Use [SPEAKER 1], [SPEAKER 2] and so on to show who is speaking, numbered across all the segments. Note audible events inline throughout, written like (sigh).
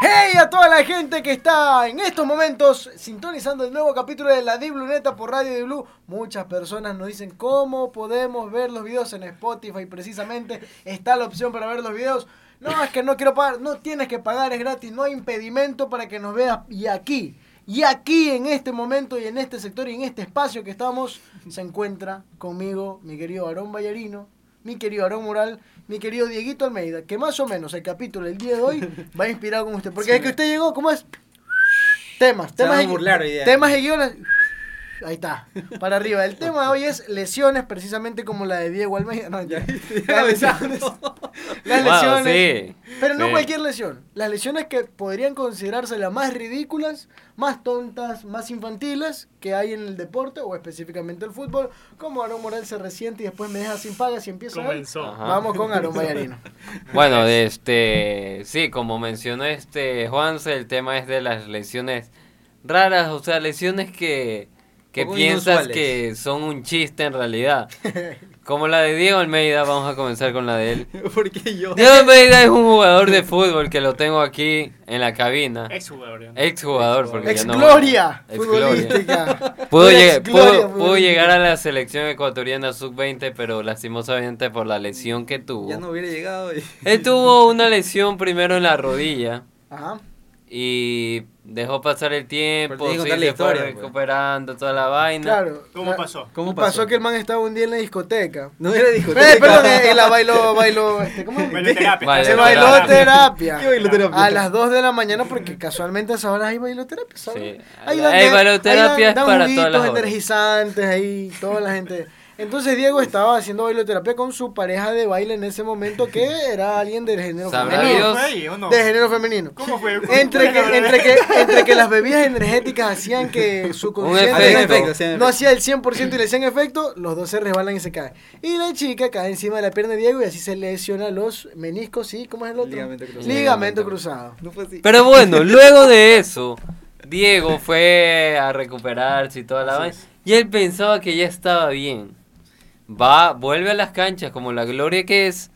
[SPEAKER 1] ¡Hey a toda la gente que está en estos momentos sintonizando el nuevo capítulo de la Deep Luneta por Radio de Blue! Muchas personas nos dicen cómo podemos ver los videos en Spotify. Precisamente está la opción para ver los videos. No, es que no quiero pagar. No tienes que pagar, es gratis. No hay impedimento para que nos veas. Y aquí, y aquí en este momento y en este sector y en este espacio que estamos, se encuentra conmigo mi querido Aarón Ballarino mi querido Aarón Moral, mi querido Dieguito Almeida, que más o menos el capítulo del día de hoy va inspirado con usted. Porque es que usted llegó, ¿cómo es? Temas,
[SPEAKER 2] Se
[SPEAKER 1] temas,
[SPEAKER 2] van a
[SPEAKER 1] y-
[SPEAKER 2] burlar hoy día.
[SPEAKER 1] temas y guiones. Ahí está, para arriba. El tema de hoy es lesiones, precisamente como la de Diego Almeida. No, mentira. las lesiones. Las
[SPEAKER 3] Wow,
[SPEAKER 1] lesiones.
[SPEAKER 3] sí.
[SPEAKER 1] Pero no
[SPEAKER 3] Sí.
[SPEAKER 1] cualquier lesión. Las lesiones que podrían considerarse las más ridículas, más tontas, más infantiles que hay en el deporte o específicamente el fútbol. Como Aaron Morel se resiente y después me deja sin pagas y empieza. a
[SPEAKER 4] Comenzó.
[SPEAKER 3] Ajá.
[SPEAKER 1] Vamos con Aaron Ballarino.
[SPEAKER 3] Bueno, de este, sí, como mencionó este Juanse, el tema es de las lesiones raras, o sea, lesiones que, que
[SPEAKER 2] Poco
[SPEAKER 3] piensas
[SPEAKER 2] inusuales.
[SPEAKER 3] que son un chiste en realidad. Como la de Diego Almeida, vamos a comenzar con la de él.
[SPEAKER 2] (laughs) Porque yo.
[SPEAKER 3] Diego Almeida es un jugador de fútbol que lo tengo aquí en la cabina.
[SPEAKER 4] Ex jugador. ya.
[SPEAKER 3] Ex jugador, (laughs) porque
[SPEAKER 1] Ex
[SPEAKER 3] ya no.
[SPEAKER 1] gloria
[SPEAKER 3] Ex gloria.
[SPEAKER 1] futbolística.
[SPEAKER 3] Pudo,
[SPEAKER 1] Ex gloria
[SPEAKER 3] lleg- pudo- pudo
[SPEAKER 1] futbolística.
[SPEAKER 3] llegar a la selección ecuatoriana sub-20, pero lastimosamente por la lesión que tuvo.
[SPEAKER 2] Ya no hubiera llegado. y-
[SPEAKER 3] Él tuvo una lesión primero en la rodilla
[SPEAKER 1] Ajá.
[SPEAKER 3] y dejó pasar el tiempo,
[SPEAKER 2] Pero tienes que
[SPEAKER 3] sí,
[SPEAKER 2] contar la
[SPEAKER 3] se fue
[SPEAKER 2] historia, pues.
[SPEAKER 3] recuperando toda la vaina.
[SPEAKER 1] Claro.
[SPEAKER 4] ¿Cómo
[SPEAKER 1] La-
[SPEAKER 4] pasó?
[SPEAKER 2] ¿Cómo
[SPEAKER 1] pasó? que el man estaba un día en la
[SPEAKER 3] (laughs)
[SPEAKER 1] discoteca.
[SPEAKER 2] (laughs) No era discoteca.
[SPEAKER 1] Eh, perdón, en la bailó, bailó, este, ¿cómo? es? (laughs)
[SPEAKER 3] (laughs)
[SPEAKER 4] Bailoterapia.
[SPEAKER 3] Vale,
[SPEAKER 1] Se
[SPEAKER 3] Bailó
[SPEAKER 1] bailó
[SPEAKER 3] terapia.
[SPEAKER 1] terapia.
[SPEAKER 2] (laughs) ¿Qué bailoterapia?
[SPEAKER 1] A las 2 de la mañana, porque casualmente a esas horas hay bailoterapia, ¿sabes?
[SPEAKER 3] Sí. Hay bailoterapia
[SPEAKER 1] ahí dan- dan
[SPEAKER 3] para todas las
[SPEAKER 1] juguitos
[SPEAKER 3] horas.
[SPEAKER 1] energizantes ahí, toda la gente. Entonces Diego estaba haciendo bailoterapia con su pareja de baile en ese momento, que era alguien del género
[SPEAKER 3] Sabrá
[SPEAKER 1] femenino.
[SPEAKER 3] Dios.
[SPEAKER 4] ¿Fue ahí o no?
[SPEAKER 1] De género femenino.
[SPEAKER 4] ¿Cómo fue? ¿Cómo
[SPEAKER 1] Entre
[SPEAKER 4] fue la
[SPEAKER 1] que, entre,
[SPEAKER 4] verdad?
[SPEAKER 1] que, entre que las bebidas energéticas hacían que su
[SPEAKER 3] efecto.
[SPEAKER 1] conciencia
[SPEAKER 3] Hacían efecto,
[SPEAKER 2] hacían
[SPEAKER 1] no
[SPEAKER 2] efecto.
[SPEAKER 1] hacía el 100% y le hacían efecto, los dos se resbalan y se caen. Y la chica cae encima de la pierna de Diego y así se lesiona los meniscos y, ¿cómo es el otro?
[SPEAKER 2] Ligamento cruzado.
[SPEAKER 1] Ligamento cruzado.
[SPEAKER 2] No fue así.
[SPEAKER 3] Pero bueno, luego de eso, Diego fue a recuperarse y toda la vaina. Y él pensaba que ya estaba bien. Va, vuelve a las canchas como la gloria que es.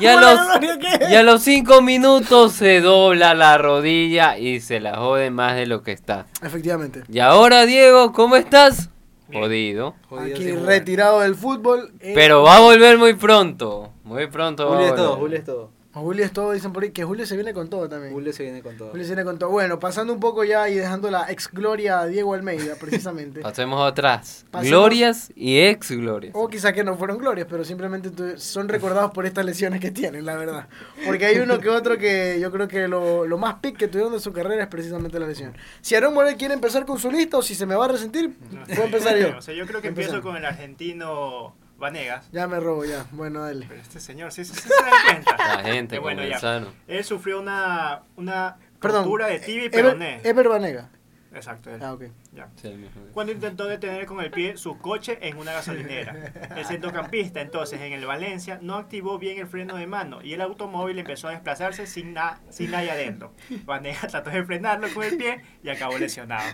[SPEAKER 3] Y a,
[SPEAKER 1] ¿Cómo la
[SPEAKER 3] los,
[SPEAKER 1] gloria que es?
[SPEAKER 3] y a los cinco minutos se dobla la rodilla y se la jode más de lo que está.
[SPEAKER 1] Efectivamente.
[SPEAKER 3] Y ahora, Diego, ¿cómo estás?
[SPEAKER 4] Bien.
[SPEAKER 3] Jodido.
[SPEAKER 2] Jodido
[SPEAKER 1] Aquí
[SPEAKER 2] sin jugar.
[SPEAKER 1] retirado del fútbol. eh,
[SPEAKER 3] Pero va a volver muy pronto. Muy pronto. va
[SPEAKER 2] Julio
[SPEAKER 3] a
[SPEAKER 2] es todo,
[SPEAKER 3] volver.
[SPEAKER 2] Julio es todo.
[SPEAKER 1] Julio es todo, dicen por ahí, que Julio se viene con todo también.
[SPEAKER 2] Julio se viene con todo.
[SPEAKER 1] Julio se viene con todo. Bueno, pasando un poco ya y dejando la ex gloria a Diego Almeida,
[SPEAKER 3] (laughs)
[SPEAKER 1] precisamente.
[SPEAKER 3] Pasemos a otras.
[SPEAKER 1] Pasemos-
[SPEAKER 3] Glorias y ex glorias.
[SPEAKER 1] O quizá que no fueron glorias, pero simplemente tu- son recordados por estas lesiones que tienen, la verdad. Porque hay uno que otro que yo creo que lo, lo más pic que tuvieron de su carrera es precisamente la lesión. Si Aaron Morel quiere empezar con su lista o si se me va a resentir,
[SPEAKER 4] No,
[SPEAKER 1] puedo empezar yo.
[SPEAKER 4] O sea, yo creo que empiezo
[SPEAKER 1] Empezamos.
[SPEAKER 4] con el argentino Vanegas.
[SPEAKER 1] Ya me robo, ya. Bueno, dale.
[SPEAKER 4] Pero este señor, sí, sí, sí
[SPEAKER 3] (laughs)
[SPEAKER 4] se da cuenta.
[SPEAKER 3] La gente
[SPEAKER 4] Que
[SPEAKER 3] con
[SPEAKER 4] bueno, ya.
[SPEAKER 3] Gonzalo.
[SPEAKER 4] Él sufrió una, una
[SPEAKER 1] Perdón. eh,
[SPEAKER 4] ruptura de tibia y
[SPEAKER 1] Ever,
[SPEAKER 4] peroné.
[SPEAKER 1] Ever Banega.
[SPEAKER 4] Exacto, él.
[SPEAKER 1] Ah, ok.
[SPEAKER 4] ya.
[SPEAKER 3] Sí, el mismo.
[SPEAKER 4] Cuando intentó detener con el pie su coche en una gasolinera. El centrocampista, entonces, en el Valencia, no activó bien el freno de mano y el automóvil empezó a desplazarse sin, na- sin nadie adentro. Vanega trató de frenarlo con el pie y acabó lesionado.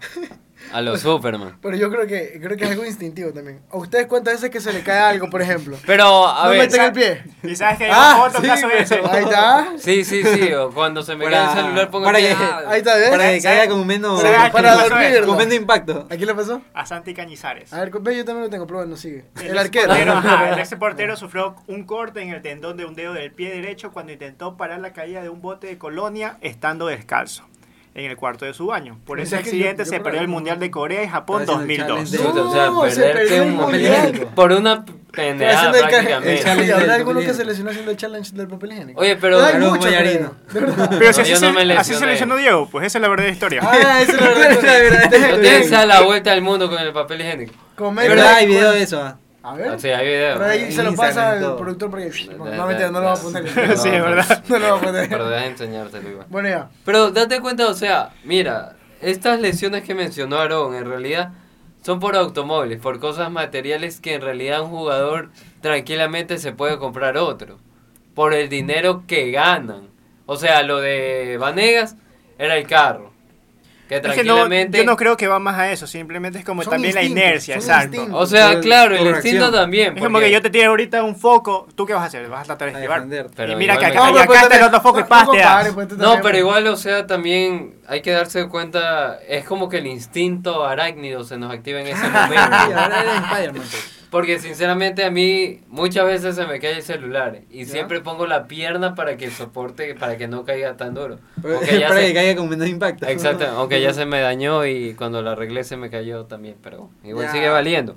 [SPEAKER 3] A los Superman.
[SPEAKER 1] Pero yo creo que, creo que es algo instintivo también. ¿A ustedes cuántas veces que se le cae algo, por ejemplo?
[SPEAKER 3] Pero, a
[SPEAKER 1] no
[SPEAKER 3] ver.
[SPEAKER 1] meten el pie.
[SPEAKER 4] ¿Y sabes que hay
[SPEAKER 1] Ah,
[SPEAKER 4] otro
[SPEAKER 2] sí,
[SPEAKER 4] caso de ese?
[SPEAKER 1] Ahí está.
[SPEAKER 3] Sí, sí, sí. o cuando se me
[SPEAKER 2] Para-
[SPEAKER 3] cae el celular, pongo
[SPEAKER 2] para
[SPEAKER 3] el
[SPEAKER 2] que-
[SPEAKER 3] ah,
[SPEAKER 1] Ahí está, ¿ves?
[SPEAKER 2] Para que caiga con menos.
[SPEAKER 4] ¿Será que
[SPEAKER 1] Para
[SPEAKER 4] pasó
[SPEAKER 1] dormir.
[SPEAKER 4] eso?
[SPEAKER 2] Con menos impacto.
[SPEAKER 1] ¿Aquí le pasó?
[SPEAKER 4] A Santi Cañizares.
[SPEAKER 1] A ver, ve, yo también lo tengo, pero bueno, sigue. El,
[SPEAKER 4] ex
[SPEAKER 1] arquero.
[SPEAKER 3] (laughs)
[SPEAKER 4] portero, ajá, el ex portero sufrió un corte en el tendón de un dedo del pie derecho cuando intentó parar la caída de un bote de Colonia estando descalzo en el cuarto de su baño. Por
[SPEAKER 1] O
[SPEAKER 4] ese
[SPEAKER 1] sea que yo-
[SPEAKER 4] accidente
[SPEAKER 1] yo
[SPEAKER 4] se
[SPEAKER 1] creo
[SPEAKER 4] perdió
[SPEAKER 1] que
[SPEAKER 4] el
[SPEAKER 1] no.
[SPEAKER 4] Mundial de Corea y Japón
[SPEAKER 2] Estaba haciendo el
[SPEAKER 4] 2002.
[SPEAKER 2] challenge
[SPEAKER 3] puta, o sea,
[SPEAKER 1] No, se
[SPEAKER 3] perderte
[SPEAKER 1] perdió el
[SPEAKER 3] un
[SPEAKER 1] mundial.
[SPEAKER 3] mundial por una pendejada
[SPEAKER 1] haciendo el ca-
[SPEAKER 2] el
[SPEAKER 3] prácticamente.
[SPEAKER 2] challenge.
[SPEAKER 1] Oye,
[SPEAKER 2] del
[SPEAKER 1] habrá alguno que
[SPEAKER 2] papel
[SPEAKER 1] se lesionó haciendo el challenge del papel higiénico.
[SPEAKER 3] Oye, pero-
[SPEAKER 1] Hay
[SPEAKER 2] Pero
[SPEAKER 1] muchos,
[SPEAKER 2] un
[SPEAKER 1] creo.
[SPEAKER 2] bailarín.
[SPEAKER 1] De verdad.
[SPEAKER 4] (laughs) Pero si
[SPEAKER 3] No,
[SPEAKER 4] así,
[SPEAKER 3] yo no me
[SPEAKER 4] se, así se
[SPEAKER 3] lesioné.
[SPEAKER 4] lesionó Diego, pues esa es la verdadera historia.
[SPEAKER 3] (laughs)
[SPEAKER 2] Ah, (laughs) esa es la verdad. esa es la verdad.
[SPEAKER 3] Ustedes se dan la vuelta del mundo con el papel higiénico.
[SPEAKER 1] Comer.
[SPEAKER 2] Es verdad, hay video de eso. ah.
[SPEAKER 1] A
[SPEAKER 3] O
[SPEAKER 1] ver.
[SPEAKER 3] sea, hay video.
[SPEAKER 1] Pero ¿Eh? ahí
[SPEAKER 2] en
[SPEAKER 1] se lo
[SPEAKER 2] Instagram
[SPEAKER 1] pasa
[SPEAKER 2] y
[SPEAKER 1] al
[SPEAKER 2] todo.
[SPEAKER 1] productor porque. No,
[SPEAKER 3] Da-
[SPEAKER 1] no, mentira, no lo va a poner.
[SPEAKER 3] (laughs) da-
[SPEAKER 4] Sí, es verdad.
[SPEAKER 1] No lo va a poner.
[SPEAKER 3] Pero deja enseñártelo igual.
[SPEAKER 1] Bueno, ya.
[SPEAKER 3] Pero date cuenta, o sea, mira, estas lesiones que mencionó Aarón en realidad son por automóviles, por cosas materiales que en realidad un jugador tranquilamente se puede comprar otro, por el dinero que ganan. O sea, lo de Vanegas era el carro. Que
[SPEAKER 4] Es que no-
[SPEAKER 3] tranquilamente.
[SPEAKER 4] yo no creo que va más a eso, simplemente es como
[SPEAKER 1] Son
[SPEAKER 4] también la
[SPEAKER 1] instintos,
[SPEAKER 4] inercia,
[SPEAKER 1] son
[SPEAKER 4] exacto.
[SPEAKER 1] instintos.
[SPEAKER 3] O sea,
[SPEAKER 2] Pero-
[SPEAKER 3] claro, el
[SPEAKER 2] por
[SPEAKER 3] instinto
[SPEAKER 2] reacción.
[SPEAKER 3] también.
[SPEAKER 4] Es como
[SPEAKER 3] porque-
[SPEAKER 4] que yo te tiro ahorita un foco, ¿tú qué vas a hacer? Vas a tratar de
[SPEAKER 2] A
[SPEAKER 4] esquivar.
[SPEAKER 2] defender.
[SPEAKER 3] Pero pues,
[SPEAKER 4] y mira que
[SPEAKER 3] igual
[SPEAKER 4] acá,
[SPEAKER 3] me-
[SPEAKER 4] y acá está el otro foco y paz te das.
[SPEAKER 1] pues,
[SPEAKER 3] No, pero igual, o sea, también hay que darse cuenta, es como que el instinto arácnido se nos activa en
[SPEAKER 4] (laughs)
[SPEAKER 3] ese
[SPEAKER 2] Sí,
[SPEAKER 3] momento.
[SPEAKER 2] ahora eres Spider-Man.
[SPEAKER 3] Porque sinceramente a mí muchas veces se me cae el celular y
[SPEAKER 1] Ya.
[SPEAKER 3] siempre pongo la pierna para que soporte, para que no caiga tan duro.
[SPEAKER 2] Pero-
[SPEAKER 3] Aunque ya
[SPEAKER 2] (laughs) Para
[SPEAKER 3] se-
[SPEAKER 2] que caiga con menos impacto.
[SPEAKER 3] (laughs)
[SPEAKER 2] (laughs)
[SPEAKER 3] Exacto, aunque ya se me dañó y cuando la arreglé se me cayó también, pero igual
[SPEAKER 2] Ya.
[SPEAKER 3] sigue valiendo.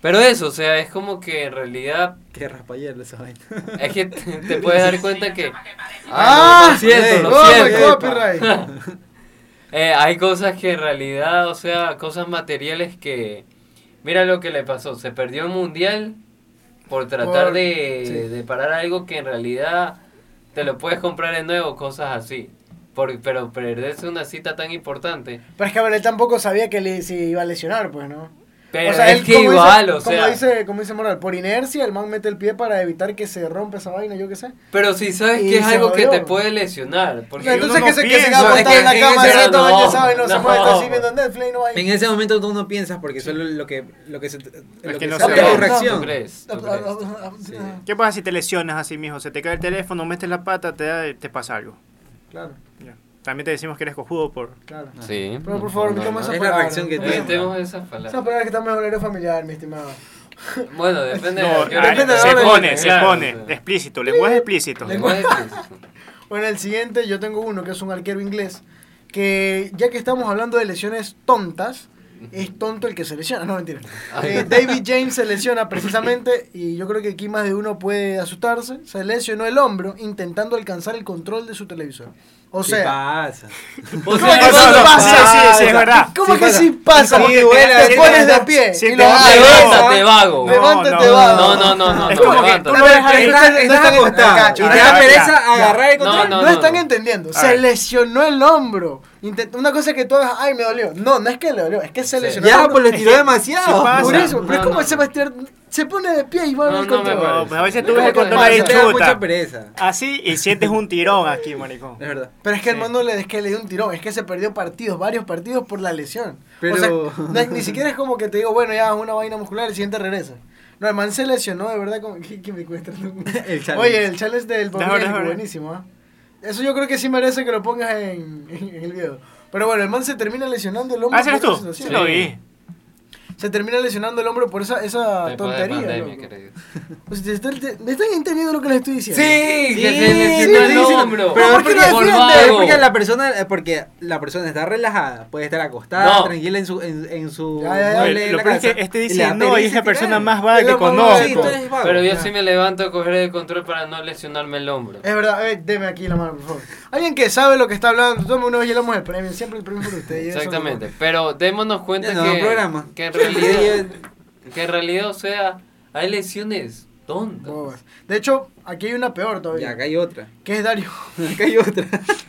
[SPEAKER 3] Pero eso, o sea, es como que en realidad
[SPEAKER 2] Qué raspallero esa vaina.
[SPEAKER 3] es que te, te puedes dar cuenta que...
[SPEAKER 1] ¡Ah!
[SPEAKER 3] lo- lo siento,
[SPEAKER 1] Oh,
[SPEAKER 3] lo
[SPEAKER 1] my
[SPEAKER 3] siento.
[SPEAKER 1] copyright.
[SPEAKER 3] Eh, hay cosas que en realidad, o sea, cosas materiales que... Mira lo que le pasó, se perdió el mundial por tratar
[SPEAKER 1] Por-
[SPEAKER 3] de,
[SPEAKER 1] sí.
[SPEAKER 3] de parar algo que en realidad te lo puedes comprar de nuevo, cosas así. Por- pero perderse una cita tan importante.
[SPEAKER 1] Pero es que a ver, él tampoco sabía que le, se iba a lesionar, pues, ¿no?
[SPEAKER 3] Pero
[SPEAKER 1] O sea,
[SPEAKER 3] es
[SPEAKER 1] él,
[SPEAKER 3] que
[SPEAKER 1] como
[SPEAKER 3] igual,
[SPEAKER 1] dice-
[SPEAKER 3] o sea...
[SPEAKER 1] Como dice, como dice Moral, por inercia el man mete el pie para evitar que se rompa esa vaina, yo qué sé.
[SPEAKER 3] Pero si sabes
[SPEAKER 1] Y
[SPEAKER 3] que es
[SPEAKER 1] se
[SPEAKER 3] algo que te
[SPEAKER 1] jodió.
[SPEAKER 3] puede lesionar. Porque
[SPEAKER 4] No,
[SPEAKER 3] uno
[SPEAKER 1] entonces
[SPEAKER 4] no
[SPEAKER 1] que, se, que se
[SPEAKER 4] piensa,
[SPEAKER 1] va a botar
[SPEAKER 3] es
[SPEAKER 1] en la
[SPEAKER 3] que-
[SPEAKER 1] cama
[SPEAKER 3] es que-
[SPEAKER 1] de rato,
[SPEAKER 3] no,
[SPEAKER 1] ya sabes, no, se
[SPEAKER 3] no.
[SPEAKER 1] mueve, está así viendo Netflix, no hay...
[SPEAKER 2] En ese momento tú no piensas porque solo lo que, lo que se lo
[SPEAKER 4] que
[SPEAKER 2] que
[SPEAKER 4] no
[SPEAKER 2] salga
[SPEAKER 1] se ve.
[SPEAKER 2] tu
[SPEAKER 1] No,
[SPEAKER 3] ¿Tú
[SPEAKER 2] reacción.
[SPEAKER 3] crees? ¿Tú crees?
[SPEAKER 1] Sí.
[SPEAKER 4] ¿Qué pasa si te lesionas así, mijo? Se te cae el teléfono, metes la pata, te, da- te pasa algo.
[SPEAKER 1] Claro,
[SPEAKER 4] Ya. También te decimos que eres cojudo por...
[SPEAKER 1] claro.
[SPEAKER 3] Sí.
[SPEAKER 1] Pero por favor,
[SPEAKER 3] no,
[SPEAKER 1] evitemos
[SPEAKER 3] no.
[SPEAKER 1] esa
[SPEAKER 3] Eh,
[SPEAKER 2] Es la
[SPEAKER 1] palabra.
[SPEAKER 2] reacción que
[SPEAKER 1] evitemos-
[SPEAKER 2] tiene.
[SPEAKER 3] Evitemos esas
[SPEAKER 1] Esa
[SPEAKER 3] palabras.
[SPEAKER 1] palabra que está en el horario familiar, mi estimado.
[SPEAKER 3] Bueno, depende
[SPEAKER 4] No,
[SPEAKER 3] de qué
[SPEAKER 4] ah,
[SPEAKER 3] hora-
[SPEAKER 1] depende de
[SPEAKER 4] se
[SPEAKER 1] dónde-
[SPEAKER 4] pone, se
[SPEAKER 3] Claro,
[SPEAKER 4] pone.
[SPEAKER 3] o sea,
[SPEAKER 4] Explícito, lenguaje explícito.
[SPEAKER 3] lenguaje explícito.
[SPEAKER 1] Bueno, el siguiente yo tengo uno que es un arquero inglés. Que ya que estamos hablando de lesiones tontas, es tonto el que se lesiona. No, mentira. Eh, David James se lesiona precisamente y yo creo que aquí más de uno puede asustarse. Se lesionó el hombro intentando alcanzar el control de su televisor. O
[SPEAKER 2] Sí
[SPEAKER 1] sea,
[SPEAKER 2] pasa?
[SPEAKER 1] ¿cómo que
[SPEAKER 4] No, no,
[SPEAKER 1] sí
[SPEAKER 4] no,
[SPEAKER 1] pasa?
[SPEAKER 4] sí, sí, es verdad.
[SPEAKER 1] (laughs) ¿Cómo
[SPEAKER 2] Sí
[SPEAKER 1] que
[SPEAKER 2] pasa.
[SPEAKER 1] sí pasa?
[SPEAKER 2] Sí,
[SPEAKER 1] Porque
[SPEAKER 2] duele,
[SPEAKER 1] te
[SPEAKER 2] sí,
[SPEAKER 1] pones
[SPEAKER 4] duele.
[SPEAKER 1] de pie.
[SPEAKER 4] Sí,
[SPEAKER 1] y lo
[SPEAKER 4] te
[SPEAKER 1] vas a
[SPEAKER 4] duele.
[SPEAKER 1] levantar.
[SPEAKER 3] Levántate, vago.
[SPEAKER 4] No,
[SPEAKER 1] Levántate,
[SPEAKER 4] no,
[SPEAKER 1] vago.
[SPEAKER 3] No, no, no, no.
[SPEAKER 4] Es
[SPEAKER 3] no,
[SPEAKER 4] como que
[SPEAKER 3] levántate.
[SPEAKER 4] tú
[SPEAKER 1] lo dejas ahí,
[SPEAKER 2] Estás,
[SPEAKER 1] no
[SPEAKER 2] estás
[SPEAKER 1] están en-
[SPEAKER 2] acostado
[SPEAKER 1] Cacho,
[SPEAKER 2] y
[SPEAKER 4] a
[SPEAKER 2] te
[SPEAKER 4] ver,
[SPEAKER 2] da
[SPEAKER 4] a ver,
[SPEAKER 2] pereza
[SPEAKER 4] ya.
[SPEAKER 2] agarrar el
[SPEAKER 3] No,
[SPEAKER 2] control.
[SPEAKER 1] No,
[SPEAKER 3] no,
[SPEAKER 1] están
[SPEAKER 3] no.
[SPEAKER 1] entendiendo.
[SPEAKER 4] A
[SPEAKER 1] Se
[SPEAKER 4] ver.
[SPEAKER 1] lesionó el hombro. Intent- una cosa que tú hagas, ay, me dolió. No, no es que le dolió, es que se
[SPEAKER 3] Sí.
[SPEAKER 1] lesionó el
[SPEAKER 2] Ya,
[SPEAKER 1] hombro.
[SPEAKER 2] pues lo tiró
[SPEAKER 4] Sí
[SPEAKER 2] demasiado.
[SPEAKER 4] pasa.
[SPEAKER 1] Durísimo, pero
[SPEAKER 3] No,
[SPEAKER 1] es como
[SPEAKER 3] no.
[SPEAKER 1] Sebastián se pone de pie y va
[SPEAKER 3] No,
[SPEAKER 1] al
[SPEAKER 3] no me
[SPEAKER 1] control.
[SPEAKER 4] No,
[SPEAKER 3] parece.
[SPEAKER 4] pues a veces tú
[SPEAKER 1] No,
[SPEAKER 4] ves el
[SPEAKER 1] ¿cómo
[SPEAKER 4] control
[SPEAKER 1] pasa?
[SPEAKER 4] ahí
[SPEAKER 2] Te da mucha
[SPEAKER 4] chuta.
[SPEAKER 2] pereza.
[SPEAKER 4] Así y sientes un tirón aquí, maricón.
[SPEAKER 2] Es verdad.
[SPEAKER 1] Pero es que el
[SPEAKER 4] Sí.
[SPEAKER 1] man no le, es que le dio un tirón, es que se perdió partidos, varios partidos por la lesión.
[SPEAKER 2] Pero-
[SPEAKER 1] O sea, no es- ni siquiera es como que te digo, bueno, ya es una vaina muscular, el siguiente regresa. No, el man se lesionó, de verdad, como, ¿qué, qué me
[SPEAKER 4] (laughs)
[SPEAKER 1] cuesta?
[SPEAKER 2] El challenge.
[SPEAKER 1] Oye, el challenge del
[SPEAKER 4] Déjame,
[SPEAKER 1] Bobby
[SPEAKER 4] déjame.
[SPEAKER 1] buenísimo, ¿ah? Eso yo creo que sí merece que lo pongas en, en el video. Pero bueno, el man se termina lesionando el hombro.
[SPEAKER 4] Ah, ¿sí eres
[SPEAKER 1] por esa
[SPEAKER 4] tú? Sí,
[SPEAKER 1] situación.
[SPEAKER 4] lo vi.
[SPEAKER 1] Se termina lesionando el hombro por esa, esa
[SPEAKER 3] Después de
[SPEAKER 1] tontería.
[SPEAKER 3] pandemia,
[SPEAKER 1] loco.
[SPEAKER 3] querido.
[SPEAKER 1] O sea, ¿te están, te- ¿Me están entendiendo lo que les estoy
[SPEAKER 3] Sí,
[SPEAKER 1] diciendo?
[SPEAKER 3] que
[SPEAKER 2] Sí,
[SPEAKER 3] se
[SPEAKER 2] sí,
[SPEAKER 3] lesionó
[SPEAKER 2] sí,
[SPEAKER 3] el
[SPEAKER 2] sí, no.
[SPEAKER 3] hombro.
[SPEAKER 2] Pero
[SPEAKER 1] ¿por qué no
[SPEAKER 3] Por
[SPEAKER 1] defiende?
[SPEAKER 2] Pero es
[SPEAKER 3] vago.
[SPEAKER 2] porque la persona, eh, porque la persona está relajada, puede estar acostada,
[SPEAKER 3] No.
[SPEAKER 2] tranquila en su, en, en su
[SPEAKER 1] Ya, ya, ya.
[SPEAKER 2] mueble en
[SPEAKER 4] Lo
[SPEAKER 2] la
[SPEAKER 4] peor es que
[SPEAKER 2] casa,
[SPEAKER 4] este
[SPEAKER 2] y le
[SPEAKER 4] dice
[SPEAKER 2] da
[SPEAKER 4] no y es
[SPEAKER 2] pereza
[SPEAKER 4] la persona
[SPEAKER 2] tirar.
[SPEAKER 4] más vaga
[SPEAKER 1] Y
[SPEAKER 4] que
[SPEAKER 1] lo pongo
[SPEAKER 2] Sí, tú
[SPEAKER 4] conozco.
[SPEAKER 2] eres vago.
[SPEAKER 3] Pero yo
[SPEAKER 2] Ya.
[SPEAKER 3] sí me levanto a coger el control para no lesionarme el hombro.
[SPEAKER 1] Es verdad, a ver, deme aquí la mano, por favor. Alguien que sabe lo que está hablando, tome una vez y damos el premio. Siempre el premio es por ustedes.
[SPEAKER 3] Exactamente. Pero démonos cuenta
[SPEAKER 2] Ya no,
[SPEAKER 3] que,
[SPEAKER 2] programa.
[SPEAKER 3] que
[SPEAKER 2] (laughs)
[SPEAKER 3] en realidad, que en realidad, o sea, hay lesiones tontas.
[SPEAKER 1] Bobas. De hecho, aquí hay una peor
[SPEAKER 2] Y
[SPEAKER 1] todavía.
[SPEAKER 2] acá hay otra.
[SPEAKER 1] que es Dario.
[SPEAKER 2] Acá hay otra. (laughs)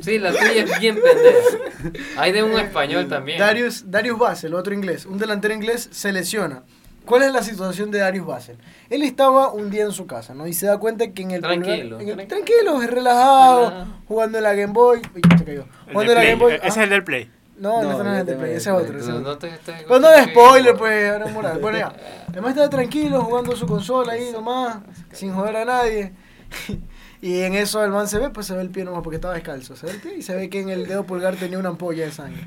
[SPEAKER 3] Sí, la tuya es bien pendeja. Hay de un
[SPEAKER 1] eh,
[SPEAKER 3] español también.
[SPEAKER 1] Darius, Darius Basel, otro inglés, un delantero inglés, se lesiona. ¿Cuál es la situación de Darius Basel? Él estaba un día en su casa, ¿no? Y se da cuenta que en el
[SPEAKER 3] Tranquilo.
[SPEAKER 1] pulgar- en el- tranquilo, relajado,
[SPEAKER 3] Ah.
[SPEAKER 1] jugando en la Game Boy. Uy, se cayó.
[SPEAKER 4] El
[SPEAKER 1] Jugando
[SPEAKER 4] del
[SPEAKER 1] en la Game Boy.
[SPEAKER 4] Play. eh, Ese es
[SPEAKER 1] ah,
[SPEAKER 4] el del Play.
[SPEAKER 1] No, no,
[SPEAKER 2] No,
[SPEAKER 1] ese no
[SPEAKER 2] yo
[SPEAKER 1] es el de
[SPEAKER 2] tengo
[SPEAKER 1] Play,
[SPEAKER 2] el
[SPEAKER 1] ese es otro.
[SPEAKER 2] Play.
[SPEAKER 1] ese es
[SPEAKER 3] No,
[SPEAKER 1] otro.
[SPEAKER 3] no te estés-
[SPEAKER 1] Pues no de spoiler, pues, ahora moral. Bueno, ya. Además estaba tranquilo jugando su consola ahí nomás, sin joder a nadie. (laughs) Y en eso el man se ve, pues se ve el pie nomás porque estaba descalzo. Se ve el pie y se ve que en el dedo pulgar tenía una ampolla de sangre.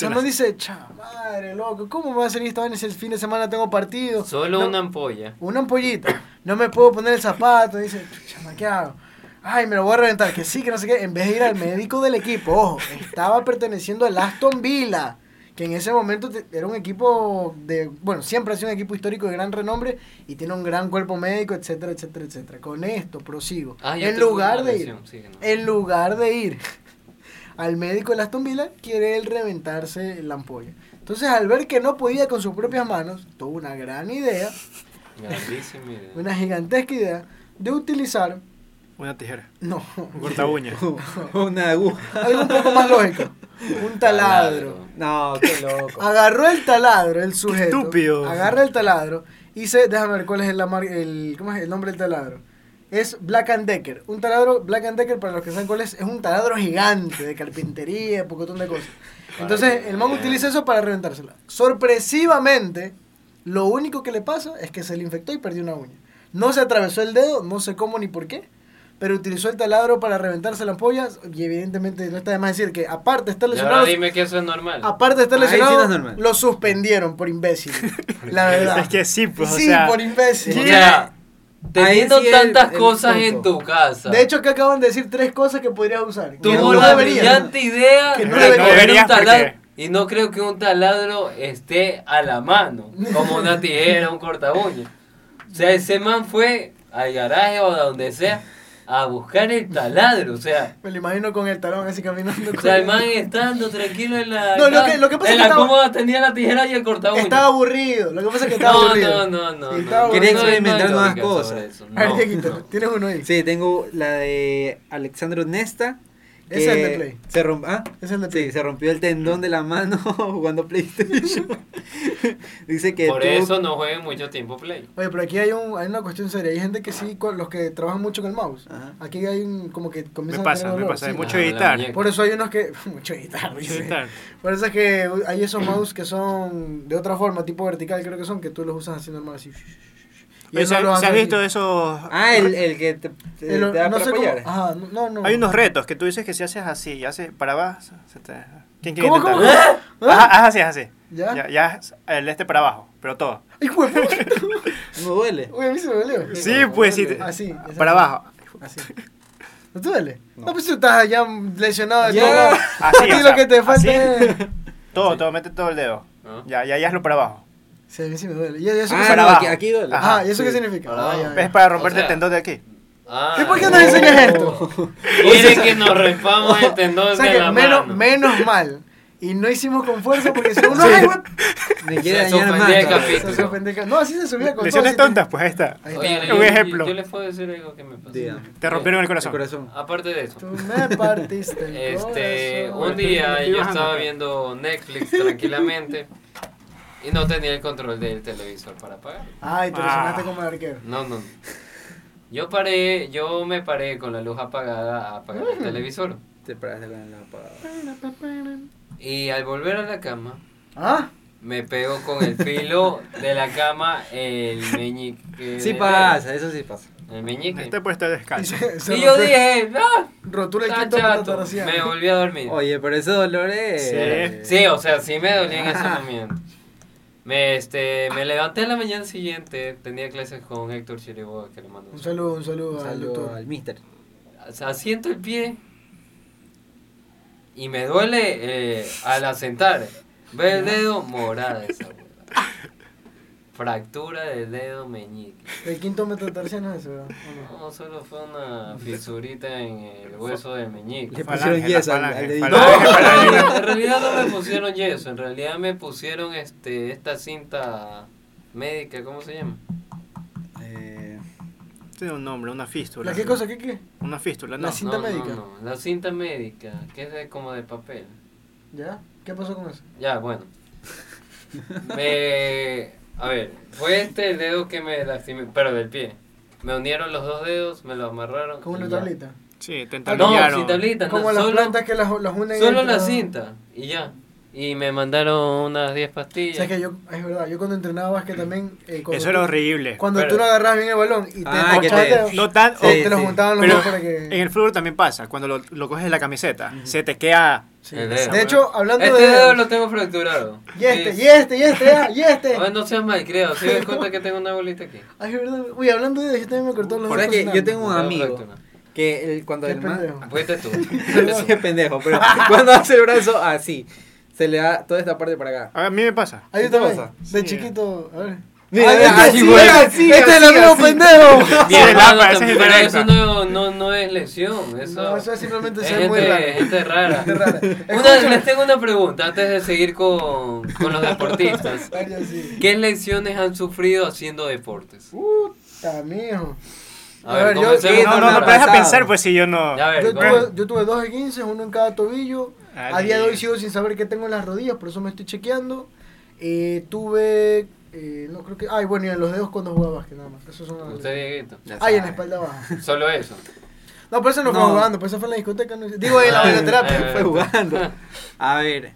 [SPEAKER 1] El man dice, cha madre, loco, ¿cómo me va a salir esta vaina si el fin de semana tengo partido?
[SPEAKER 3] Solo
[SPEAKER 1] pues. No-
[SPEAKER 3] una ampolla.
[SPEAKER 1] una ampollita. No me puedo poner el zapato. Dice, chama, ¿qué hago? Ay, me lo voy a reventar. Que sí, que no sé qué. En vez de ir al médico del equipo, ojo, estaba perteneciendo al Aston Villa. Que en ese momento te- era un equipo de. Bueno, siempre ha sido un equipo histórico de gran renombre y tiene un gran cuerpo médico, etcétera, etcétera, etcétera. Con esto prosigo.
[SPEAKER 3] Ah, yo
[SPEAKER 1] en
[SPEAKER 3] tengo
[SPEAKER 1] lugar
[SPEAKER 3] una
[SPEAKER 1] de ir.
[SPEAKER 3] lesión, sí, no.
[SPEAKER 1] En lugar de ir al médico de la Aston Villa, quiere él reventarse la ampolla. Entonces, al ver que no podía con sus propias manos, tuvo una gran idea
[SPEAKER 3] Grandísima idea.
[SPEAKER 1] una gigantesca idea de utilizar,
[SPEAKER 4] Una tijera.
[SPEAKER 1] no, (laughs)
[SPEAKER 4] Un corta uña.
[SPEAKER 2] Una aguja.
[SPEAKER 1] algo un poco más lógico, un taladro.
[SPEAKER 2] No, qué loco.
[SPEAKER 1] Agarró el taladro, el sujeto.
[SPEAKER 4] estúpido.
[SPEAKER 1] Agarra el taladro y se, déjame ver cuál es el, la mar- el- ¿cómo es el nombre del taladro. es Black and Decker. Un taladro, Black and Decker, para los que saben cuál es, es un taladro gigante de carpintería, pocotón de cosas. Entonces, el man utiliza eso para reventársela. Sorpresivamente, lo único que le pasa es que se le infectó y perdió una uña. No se atravesó el dedo, no sé cómo ni por qué, pero utilizó el taladro para reventarse las ampollas y evidentemente no está de más decir que aparte de estar
[SPEAKER 3] Y ahora
[SPEAKER 1] lesionado,
[SPEAKER 3] dime que eso es normal.
[SPEAKER 1] aparte de estar
[SPEAKER 2] Ahí sí no es
[SPEAKER 1] lesionado,
[SPEAKER 2] normal.
[SPEAKER 1] lo suspendieron por
[SPEAKER 4] (laughs)
[SPEAKER 1] imbécil. la verdad.
[SPEAKER 4] Es que sí, pues, o
[SPEAKER 1] sí,
[SPEAKER 4] sea,
[SPEAKER 1] por imbécil.
[SPEAKER 3] O sea, teniendo
[SPEAKER 2] sí el-
[SPEAKER 3] tantas
[SPEAKER 2] el
[SPEAKER 3] cosas
[SPEAKER 2] punto.
[SPEAKER 3] en tu casa.
[SPEAKER 1] De hecho, que acaban de decir tres cosas que podrías usar. que
[SPEAKER 3] tuvo
[SPEAKER 1] no
[SPEAKER 3] la
[SPEAKER 1] deberías.
[SPEAKER 3] brillante idea
[SPEAKER 1] Que no
[SPEAKER 3] de
[SPEAKER 1] deberías.
[SPEAKER 3] coger
[SPEAKER 4] No deberías
[SPEAKER 3] un taladro.
[SPEAKER 4] porque-
[SPEAKER 3] Y no creo que un taladro esté a la mano, como
[SPEAKER 1] (laughs)
[SPEAKER 3] una tijera, un corta O sea, ese man fue al garaje o a donde sea a buscar el taladro. O sea,
[SPEAKER 1] Me lo imagino con el talón así caminando. (laughs)
[SPEAKER 3] o
[SPEAKER 1] con-
[SPEAKER 3] sea, el man estando tranquilo en la.
[SPEAKER 1] No, lo que- lo que pasa
[SPEAKER 3] en
[SPEAKER 1] es que
[SPEAKER 3] la
[SPEAKER 1] estaba-
[SPEAKER 3] cómoda tenía la tijera y el corta
[SPEAKER 1] Estaba
[SPEAKER 3] (laughs)
[SPEAKER 1] aburrido. Lo que pasa es que estaba
[SPEAKER 3] No,
[SPEAKER 1] aburrido.
[SPEAKER 3] no, no, no.
[SPEAKER 1] Sí,
[SPEAKER 3] no.
[SPEAKER 1] estaba
[SPEAKER 2] Quería
[SPEAKER 1] aburrido.
[SPEAKER 3] No hay- no hay
[SPEAKER 2] experimentar nuevas
[SPEAKER 3] lógica sobre
[SPEAKER 2] cosas.
[SPEAKER 3] eso,
[SPEAKER 1] A ver,
[SPEAKER 3] no,
[SPEAKER 1] Dieguito,
[SPEAKER 3] no.
[SPEAKER 1] tienes uno ahí.
[SPEAKER 2] Sí, tengo la de Alexandro Nesta. que
[SPEAKER 1] Ese es el de Play.
[SPEAKER 2] Se romp- ¿ah?
[SPEAKER 1] Es el de Play.
[SPEAKER 2] Sí, se rompió el tendón de la mano (laughs) jugando PlayStation. (laughs) Dice que
[SPEAKER 3] Por
[SPEAKER 2] tuvo-
[SPEAKER 3] eso no jueguen mucho tiempo play.
[SPEAKER 1] Oye, pero aquí hay, un, hay una cuestión seria. Hay gente que sí, con- los que trabajan mucho con el mouse.
[SPEAKER 2] Ajá.
[SPEAKER 1] Aquí hay un, como que
[SPEAKER 4] me
[SPEAKER 1] comienzan a
[SPEAKER 4] pasa,
[SPEAKER 1] tener
[SPEAKER 4] me
[SPEAKER 1] dolor,
[SPEAKER 4] pasa.
[SPEAKER 1] sí.
[SPEAKER 4] Es mucho
[SPEAKER 3] Ah, la
[SPEAKER 4] editar.
[SPEAKER 3] muñeca.
[SPEAKER 1] Por eso hay unos que... (laughs) mucho editar,
[SPEAKER 4] Mucho
[SPEAKER 1] dice.
[SPEAKER 4] editar.
[SPEAKER 1] Por eso es que hay esos mouse que son de otra forma, tipo vertical creo que son, que tú los usas así normal, así. Y
[SPEAKER 4] Oye,
[SPEAKER 1] eso
[SPEAKER 4] ¿Se
[SPEAKER 1] lo
[SPEAKER 4] se
[SPEAKER 1] hace
[SPEAKER 4] has
[SPEAKER 1] así.
[SPEAKER 4] visto esos?
[SPEAKER 2] Ah, el, el que te, te-
[SPEAKER 1] Eh, lo-
[SPEAKER 2] te da
[SPEAKER 1] no
[SPEAKER 2] para
[SPEAKER 1] sé cómo...
[SPEAKER 2] apoyar.
[SPEAKER 1] Ajá, no, no.
[SPEAKER 4] Hay unos retos que tú dices que si haces así y haces para abajo, se te... ¿Quién quiere
[SPEAKER 1] ¿Cómo,
[SPEAKER 4] intentar? ¿Eh?
[SPEAKER 1] cómo?
[SPEAKER 4] Ajá,
[SPEAKER 1] ¿Ah?
[SPEAKER 4] haz así, haz así.
[SPEAKER 1] ¿Ya?
[SPEAKER 4] Ya, ya haz el este para abajo, pero todo.
[SPEAKER 1] ¡Hijo de puta! (laughs)
[SPEAKER 2] No duele.
[SPEAKER 1] Uy, a mí se me dolió.
[SPEAKER 4] Sí, pues sí. te-
[SPEAKER 1] Así. exacto.
[SPEAKER 4] Para abajo.
[SPEAKER 1] Así. ¿No te duele? No, pues tú estás ya lesionado de
[SPEAKER 2] Ya.
[SPEAKER 1] todo.
[SPEAKER 4] Así,
[SPEAKER 1] a
[SPEAKER 4] o
[SPEAKER 1] ti
[SPEAKER 4] sea,
[SPEAKER 1] lo que te falta
[SPEAKER 4] así.
[SPEAKER 1] es...
[SPEAKER 4] Todo, todo, mete todo el dedo.
[SPEAKER 3] ¿no?
[SPEAKER 4] Ya, ya, ya hazlo para abajo.
[SPEAKER 1] Sí, a mí sí me duele. ¿Y eso,
[SPEAKER 2] Ah, no,
[SPEAKER 1] qué,
[SPEAKER 4] para
[SPEAKER 1] significa?
[SPEAKER 4] abajo.
[SPEAKER 2] aquí, aquí duele.
[SPEAKER 4] Ajá.
[SPEAKER 1] Ajá, ¿y eso qué
[SPEAKER 2] sí.
[SPEAKER 1] significa?
[SPEAKER 3] Ah,
[SPEAKER 1] Ah, ya,
[SPEAKER 4] Es
[SPEAKER 1] ya.
[SPEAKER 4] para romperte
[SPEAKER 3] O sea,
[SPEAKER 4] el tendón de aquí.
[SPEAKER 3] Ah,
[SPEAKER 1] ¿Y por qué no enseñas
[SPEAKER 3] (laughs)
[SPEAKER 1] esto?
[SPEAKER 3] Quieren que nos rompamos el tendón
[SPEAKER 1] O sea
[SPEAKER 3] de
[SPEAKER 1] que
[SPEAKER 3] la
[SPEAKER 1] menos,
[SPEAKER 3] mano.
[SPEAKER 1] menos mal. Y no hicimos con fuerza porque si uno...
[SPEAKER 2] Sí.
[SPEAKER 1] ¡Ay, güey!
[SPEAKER 2] (laughs) Me quiere
[SPEAKER 3] Se
[SPEAKER 2] dañar
[SPEAKER 3] sorprendía el
[SPEAKER 2] más.
[SPEAKER 3] capítulo.
[SPEAKER 1] Se hace pendeja. No, así se subía con
[SPEAKER 4] Lesiones
[SPEAKER 1] todo, así-
[SPEAKER 4] tontas, pues ahí está.
[SPEAKER 1] Ahí
[SPEAKER 3] Oye,
[SPEAKER 1] está.
[SPEAKER 3] yo-
[SPEAKER 4] Un
[SPEAKER 3] yo-
[SPEAKER 4] ejemplo.
[SPEAKER 3] Yo, les puedo decir algo que me pasó.
[SPEAKER 2] Dígame.
[SPEAKER 4] Te rompieron el
[SPEAKER 2] El
[SPEAKER 4] corazón.
[SPEAKER 2] corazón.
[SPEAKER 3] Aparte de eso.
[SPEAKER 1] Tú me partiste el
[SPEAKER 3] Este,
[SPEAKER 1] corazón.
[SPEAKER 3] un día
[SPEAKER 1] (laughs)
[SPEAKER 4] Estoy
[SPEAKER 3] yo
[SPEAKER 4] bajando
[SPEAKER 3] estaba
[SPEAKER 4] acá.
[SPEAKER 3] viendo Netflix tranquilamente y no tenía el control del televisor para apagar.
[SPEAKER 1] Ay, te
[SPEAKER 4] Ah.
[SPEAKER 1] lesionaste como el arquero.
[SPEAKER 3] No, no. Yo paré, yo me paré con la luz apagada a apagar el televisor.
[SPEAKER 2] Te paraste con la papada.
[SPEAKER 3] Y al volver a la cama,
[SPEAKER 1] ¿Ah?
[SPEAKER 3] me pego con el filo de la cama el meñique.
[SPEAKER 2] Sí
[SPEAKER 3] del
[SPEAKER 2] pasa, eso sí pasa.
[SPEAKER 3] dedo, El meñique.
[SPEAKER 4] Este puesto de
[SPEAKER 1] (laughs)
[SPEAKER 4] descanso.
[SPEAKER 1] se- se
[SPEAKER 3] Y yo
[SPEAKER 1] rompió-
[SPEAKER 3] dije, ¡ah!
[SPEAKER 1] Rotura el
[SPEAKER 3] Está
[SPEAKER 1] quinto
[SPEAKER 3] chato.
[SPEAKER 1] metatarsiano.
[SPEAKER 3] Me volví a dormir.
[SPEAKER 2] Oye, pero ese dolor es.
[SPEAKER 4] Sí.
[SPEAKER 3] Sí, o sea, sí me dolía en ese
[SPEAKER 2] Ah.
[SPEAKER 3] momento. Me, este, me levanté a la mañana siguiente, tenía clases con Héctor Chiriboga, que le mando un
[SPEAKER 1] Un saludo, un saludo,
[SPEAKER 2] Un
[SPEAKER 1] al
[SPEAKER 2] saludo
[SPEAKER 1] doctor.
[SPEAKER 2] al mister.
[SPEAKER 3] O sea, siento el pie y me duele eh, al asentar. Ve el dedo morada esa huevada. Fractura del dedo meñique.
[SPEAKER 1] El quinto metatarsiano es ese, ¿verdad? ¿O no?
[SPEAKER 3] No, solo fue una fisurita en el hueso del meñique.
[SPEAKER 2] Le pusieron
[SPEAKER 4] Falange,
[SPEAKER 2] yeso
[SPEAKER 4] la
[SPEAKER 2] al- al
[SPEAKER 4] falange,
[SPEAKER 2] dedito.
[SPEAKER 3] No,
[SPEAKER 1] (laughs)
[SPEAKER 4] falange,
[SPEAKER 3] (laughs) no, en realidad no me pusieron yeso, en realidad me pusieron este esta cinta médica, ¿cómo se llama?
[SPEAKER 2] Eh,
[SPEAKER 4] Tiene Este un nombre, una fístula.
[SPEAKER 1] ¿La qué cosa? ¿Qué qué?
[SPEAKER 4] Una fístula, no.
[SPEAKER 1] La cinta médica.
[SPEAKER 3] No, la cinta médica, que es de- como de papel.
[SPEAKER 1] ¿Ya? ¿Qué pasó con eso? (laughs)
[SPEAKER 3] Ya, bueno. Me, a ver, fue este el dedo que me lastimé, pero del pie. Me unieron los dos dedos, me lo amarraron.
[SPEAKER 1] Con una
[SPEAKER 3] y ya.
[SPEAKER 1] tablita.
[SPEAKER 4] Sí,
[SPEAKER 1] Ah,
[SPEAKER 4] te
[SPEAKER 3] No,
[SPEAKER 4] entablillaron.
[SPEAKER 3] sin tablita, no,
[SPEAKER 1] Como las
[SPEAKER 3] solo,
[SPEAKER 1] plantas que las, las unen.
[SPEAKER 3] solo
[SPEAKER 1] entre-
[SPEAKER 3] la cinta y ya. Y me mandaron unas 10
[SPEAKER 1] O
[SPEAKER 3] pastillas.
[SPEAKER 1] sea, que yo, es verdad, yo cuando entrenaba
[SPEAKER 3] Mm.
[SPEAKER 1] básquet también. eh, cuando
[SPEAKER 4] Eso
[SPEAKER 1] tú-
[SPEAKER 4] era horrible.
[SPEAKER 1] Cuando
[SPEAKER 3] Pero-
[SPEAKER 1] tú no agarras bien el balón y te
[SPEAKER 2] Ah, que
[SPEAKER 1] tochabas
[SPEAKER 2] te-
[SPEAKER 1] dedos,
[SPEAKER 4] No tan...
[SPEAKER 1] o
[SPEAKER 2] Sí,
[SPEAKER 1] te Ah, lo
[SPEAKER 2] sí.
[SPEAKER 1] juntaban los
[SPEAKER 4] Pero
[SPEAKER 1] dos para que.
[SPEAKER 4] En el fútbol también pasa, cuando lo, lo coges de la camiseta, se te queda...
[SPEAKER 1] Sí.
[SPEAKER 3] El dedo.
[SPEAKER 1] De hecho, hablando
[SPEAKER 3] este
[SPEAKER 1] de.
[SPEAKER 3] dedo
[SPEAKER 1] dedos,
[SPEAKER 3] lo tengo fracturado.
[SPEAKER 1] Y este, y este, y este, ah, y este.
[SPEAKER 3] Ay, no seas mal, creo. Si das cuenta que tengo una bolita aquí.
[SPEAKER 1] Ay, es verdad. Uy, hablando de dedos, yo también me cortó los
[SPEAKER 2] Por ahí
[SPEAKER 1] dedos.
[SPEAKER 2] que
[SPEAKER 1] cocinando.
[SPEAKER 2] yo tengo Pues, un
[SPEAKER 3] No,
[SPEAKER 2] amigo
[SPEAKER 3] perfecto,
[SPEAKER 2] que el- cuando
[SPEAKER 1] Qué
[SPEAKER 2] el man-
[SPEAKER 1] pendejo.
[SPEAKER 3] Fuiste tú.
[SPEAKER 2] (laughs) Sí, es pendejo, pero cuando hace el brazo así, se le da toda esta parte para acá.
[SPEAKER 4] A mí me pasa.
[SPEAKER 1] Ahí
[SPEAKER 2] ¿Qué
[SPEAKER 1] está,
[SPEAKER 2] pasa?
[SPEAKER 1] De
[SPEAKER 4] Sí.
[SPEAKER 1] chiquito. A ver.
[SPEAKER 2] Mira,
[SPEAKER 1] Ah,
[SPEAKER 2] mira,
[SPEAKER 1] este
[SPEAKER 2] así,
[SPEAKER 1] sí,
[SPEAKER 2] güey,
[SPEAKER 1] así,
[SPEAKER 2] así,
[SPEAKER 1] este es el
[SPEAKER 2] así,
[SPEAKER 1] amigo
[SPEAKER 2] así.
[SPEAKER 1] pendejo.
[SPEAKER 3] Mi
[SPEAKER 2] (laughs)
[SPEAKER 4] Sí,
[SPEAKER 3] hermano
[SPEAKER 4] la- esa es
[SPEAKER 3] también, pero
[SPEAKER 4] indirecta.
[SPEAKER 3] eso no, no, no es lesión. Eso,
[SPEAKER 1] No, eso simplemente
[SPEAKER 3] es
[SPEAKER 1] se ve muy
[SPEAKER 3] gente-
[SPEAKER 1] raro.
[SPEAKER 3] gente rara.
[SPEAKER 1] Qué rara.
[SPEAKER 3] Una,
[SPEAKER 1] Escúchame.
[SPEAKER 3] les tengo una pregunta antes de seguir con, con los deportistas.
[SPEAKER 1] Ay, ya sí.
[SPEAKER 3] ¿Qué lesiones han sufrido haciendo deportes?
[SPEAKER 1] Puta, mijo.
[SPEAKER 3] A
[SPEAKER 1] A
[SPEAKER 3] ver,
[SPEAKER 1] ver, yo-
[SPEAKER 3] comencemos
[SPEAKER 2] eh,
[SPEAKER 3] con
[SPEAKER 4] No, no, no,
[SPEAKER 3] Laura.
[SPEAKER 4] pero deja
[SPEAKER 2] Pasado.
[SPEAKER 4] pensar, pues si yo no...
[SPEAKER 3] Ya ver,
[SPEAKER 1] Yo
[SPEAKER 3] ¿cómo?
[SPEAKER 1] tuve, yo tuve dos de 15, uno en cada tobillo.
[SPEAKER 4] Ay.
[SPEAKER 2] Ah,
[SPEAKER 1] A día de hoy sigo sin saber qué tengo en las rodillas, por eso me estoy chequeando. Eh, tuve Eh, no creo que. Ay, bueno, y en los dedos cuando jugaba básquet, nada más. Eso son las-
[SPEAKER 3] Usted, Dieguito.
[SPEAKER 2] Ya
[SPEAKER 1] Ay, en la
[SPEAKER 2] sabe.
[SPEAKER 1] espalda baja.
[SPEAKER 3] Solo eso.
[SPEAKER 1] No, por eso no,
[SPEAKER 2] No.
[SPEAKER 1] fue jugando, por eso fue en la discoteca. no- Digo, en la bailoterapia.
[SPEAKER 2] Fue jugando. A ver.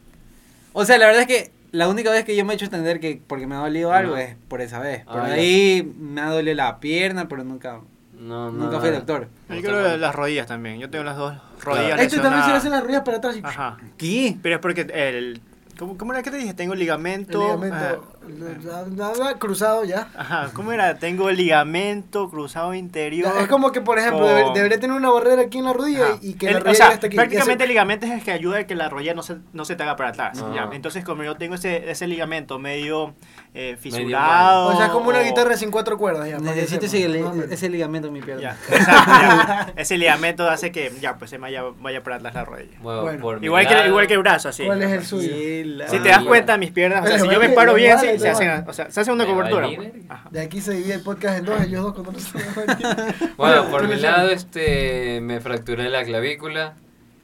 [SPEAKER 2] O sea, la verdad es que la única vez que yo me he hecho entender que porque me ha dolido algo
[SPEAKER 3] Ajá.
[SPEAKER 2] es por esa vez. Por
[SPEAKER 3] Ah, ya.
[SPEAKER 2] ahí me ha dolido la pierna, pero nunca,
[SPEAKER 3] No, no.
[SPEAKER 2] nunca fui doctor.
[SPEAKER 3] Yo
[SPEAKER 4] Yo
[SPEAKER 3] creo que
[SPEAKER 4] las rodillas también. Yo tengo las dos
[SPEAKER 3] rodillas
[SPEAKER 4] rodillas
[SPEAKER 1] Este también se le hacen las rodillas para atrás. Y...
[SPEAKER 4] Ajá.
[SPEAKER 2] ¿Qué?
[SPEAKER 4] Pero es porque el... ¿Cómo, cómo era que te dije? Tengo
[SPEAKER 1] El
[SPEAKER 4] ligamento... Eh,
[SPEAKER 1] ligamento. eh, nada, nada, cruzado ya.
[SPEAKER 4] ah, Ajá, ¿cómo era? Tengo ligamento cruzado interior.
[SPEAKER 1] es como que, por ejemplo,
[SPEAKER 4] con-
[SPEAKER 1] deber- debería tener una barrera aquí en la rodilla
[SPEAKER 4] Ajá.
[SPEAKER 1] y que
[SPEAKER 4] El-
[SPEAKER 1] la
[SPEAKER 4] o
[SPEAKER 1] rodilla
[SPEAKER 4] sea,
[SPEAKER 1] llegue hasta aquí. y
[SPEAKER 4] prácticamente
[SPEAKER 1] hace-
[SPEAKER 4] el ligamento es el que ayuda a que la rodilla no se, no se te haga para atrás.
[SPEAKER 3] Ah.
[SPEAKER 4] ya. Entonces, como yo tengo ese, ese ligamento medio eh, fisurado...
[SPEAKER 1] O sea, es como una
[SPEAKER 4] o-
[SPEAKER 1] guitarra sin cuatro cuerdas. Ya, para que
[SPEAKER 2] Necesito ese,
[SPEAKER 1] sepa,
[SPEAKER 2] li-
[SPEAKER 1] más o menos.
[SPEAKER 2] ese ligamento en mi pierna.
[SPEAKER 4] Ya, exacto, ya. Ese ligamento hace que ya pues se vaya, vaya para atrás la rodilla.
[SPEAKER 3] Bueno,
[SPEAKER 1] Bueno.
[SPEAKER 3] por mi
[SPEAKER 4] Igual que,
[SPEAKER 3] lado-
[SPEAKER 4] igual que el brazo, así.
[SPEAKER 1] ¿Cuál es el suyo?
[SPEAKER 2] Sí, la-
[SPEAKER 4] Si te das
[SPEAKER 3] Ah,
[SPEAKER 4] cuenta, mis piernas, o sea,
[SPEAKER 1] Pero
[SPEAKER 4] si yo
[SPEAKER 1] vale,
[SPEAKER 4] me paro bien,
[SPEAKER 1] vale,
[SPEAKER 4] sí, se,
[SPEAKER 1] vale.
[SPEAKER 4] hacen, o sea, se hace una
[SPEAKER 3] Me
[SPEAKER 4] cobertura.
[SPEAKER 3] vale.
[SPEAKER 4] pues. Ajá.
[SPEAKER 1] De aquí se divide el podcast en dos, ellos dos cuando
[SPEAKER 2] (laughs)
[SPEAKER 1] no se van a venir.
[SPEAKER 3] Bueno, por
[SPEAKER 1] tú
[SPEAKER 3] mi
[SPEAKER 1] le
[SPEAKER 3] lado, este, me fracturé la clavícula,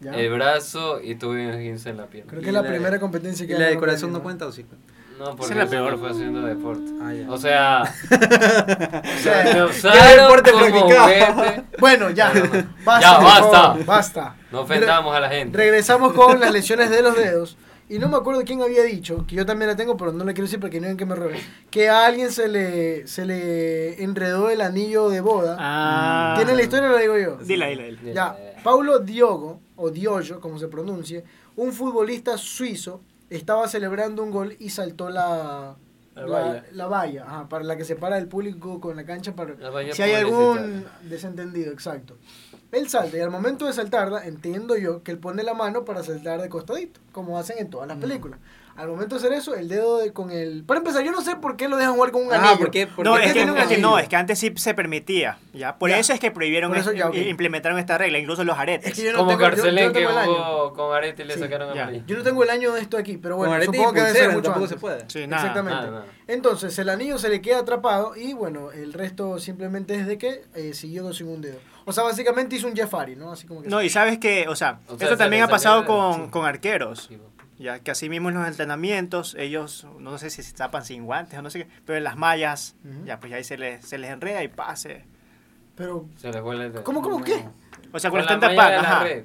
[SPEAKER 1] Ya.
[SPEAKER 3] el brazo y tuve un esguince en la pierna.
[SPEAKER 1] Creo que
[SPEAKER 2] Eh, Y
[SPEAKER 1] es la,
[SPEAKER 2] la de-
[SPEAKER 1] primera competencia
[SPEAKER 2] ¿Y
[SPEAKER 1] que
[SPEAKER 2] la
[SPEAKER 1] hay
[SPEAKER 2] del
[SPEAKER 1] en
[SPEAKER 2] corazón no
[SPEAKER 1] Ucrania,
[SPEAKER 2] cuenta o sí cuenta?
[SPEAKER 3] No,
[SPEAKER 4] Esa
[SPEAKER 3] porque
[SPEAKER 4] es la
[SPEAKER 3] eso
[SPEAKER 4] peor.
[SPEAKER 3] no fue haciendo deporte.
[SPEAKER 2] Ah, ya.
[SPEAKER 3] O sea,
[SPEAKER 1] (laughs) O
[SPEAKER 3] (laughs) me
[SPEAKER 1] sea,
[SPEAKER 4] (laughs)
[SPEAKER 3] usaron
[SPEAKER 2] deporte
[SPEAKER 3] como
[SPEAKER 2] practicaba?
[SPEAKER 3] juguete.
[SPEAKER 1] bueno, ya.
[SPEAKER 3] No, no, no.
[SPEAKER 1] Basta.
[SPEAKER 3] Ya,
[SPEAKER 1] por
[SPEAKER 3] basta.
[SPEAKER 1] favor, basta.
[SPEAKER 3] No ofendamos a la gente.
[SPEAKER 1] Regresamos con las lesiones de los dedos. Y no me acuerdo quién había dicho, que yo también la tengo, pero no le quiero decir porque no ven que me robe. Que a alguien se le, se le enredó el anillo de boda.
[SPEAKER 4] Ah.
[SPEAKER 1] ¿Tiene la historia o la digo yo?
[SPEAKER 4] Dila, dila, dila.
[SPEAKER 1] Ya, Paulo Diogo, o Diogo, como se pronuncie, un futbolista suizo, estaba celebrando un gol y saltó la,
[SPEAKER 3] La valla.
[SPEAKER 1] la valla, ajá, para la que separa el público con la cancha para
[SPEAKER 3] La valla
[SPEAKER 1] si hay algún
[SPEAKER 3] publicitaria.
[SPEAKER 1] desentendido, exacto. Él salta y al momento de saltarla, entiendo yo que él pone la mano para saltar de costadito, como hacen en todas las
[SPEAKER 2] Mm.
[SPEAKER 1] películas. Al momento de hacer eso, el dedo de- con el... Para empezar, yo no sé por qué lo dejan jugar con un
[SPEAKER 2] Ah,
[SPEAKER 1] anillo.
[SPEAKER 2] ¿por qué? ¿Por
[SPEAKER 4] No,
[SPEAKER 2] qué
[SPEAKER 4] es que,
[SPEAKER 2] tiene un
[SPEAKER 4] es que
[SPEAKER 2] anillo?
[SPEAKER 4] no, es que antes sí se permitía. ¿ya? Por
[SPEAKER 1] Ya.
[SPEAKER 4] eso es que prohibieron
[SPEAKER 1] Por eso
[SPEAKER 4] es-
[SPEAKER 1] ya, ok.
[SPEAKER 4] i- implementaron esta regla, incluso los aretes.
[SPEAKER 1] Es que yo no
[SPEAKER 3] Como
[SPEAKER 1] tengo- yo- yo no
[SPEAKER 3] Carcelén que
[SPEAKER 1] tengo el año.
[SPEAKER 3] jugó con Arete y le
[SPEAKER 4] Sí,
[SPEAKER 3] sacaron
[SPEAKER 4] ya.
[SPEAKER 3] amarilla.
[SPEAKER 1] Yo no tengo el año de esto aquí, pero
[SPEAKER 2] Con
[SPEAKER 1] bueno,
[SPEAKER 2] arete y
[SPEAKER 1] supongo que debe ser
[SPEAKER 2] pulsera,
[SPEAKER 1] mucho
[SPEAKER 2] tampoco
[SPEAKER 1] antes.
[SPEAKER 2] se puede.
[SPEAKER 4] Sí, nada.
[SPEAKER 1] Exactamente.
[SPEAKER 3] Nada, nada.
[SPEAKER 1] Entonces, el anillo se le queda atrapado y bueno, el resto simplemente es de que eh, siguió sin un dedo. O sea, básicamente hizo un Jeffari, ¿no? Así como que...
[SPEAKER 4] No, y sabes que, o sea,
[SPEAKER 3] O sea,
[SPEAKER 4] esto
[SPEAKER 3] se
[SPEAKER 4] también ha
[SPEAKER 3] les
[SPEAKER 4] pasado
[SPEAKER 3] había-
[SPEAKER 4] con,
[SPEAKER 3] sí.
[SPEAKER 4] con arqueros.
[SPEAKER 3] Sí, bo. pues,
[SPEAKER 4] Ya que así mismo en los entrenamientos, ellos, no sé si se tapan sin guantes o no sé qué, pero en las mallas,
[SPEAKER 1] Ujú.
[SPEAKER 4] ya pues ahí se les, se les enreda y pase.
[SPEAKER 1] Pero,
[SPEAKER 3] Se les fue el dedo.
[SPEAKER 1] ¿cómo, cómo, qué?
[SPEAKER 4] O sea,
[SPEAKER 3] Con
[SPEAKER 4] cuando
[SPEAKER 3] la
[SPEAKER 4] están
[SPEAKER 3] malla de
[SPEAKER 4] tapando,
[SPEAKER 3] la
[SPEAKER 4] ajá.
[SPEAKER 3] red.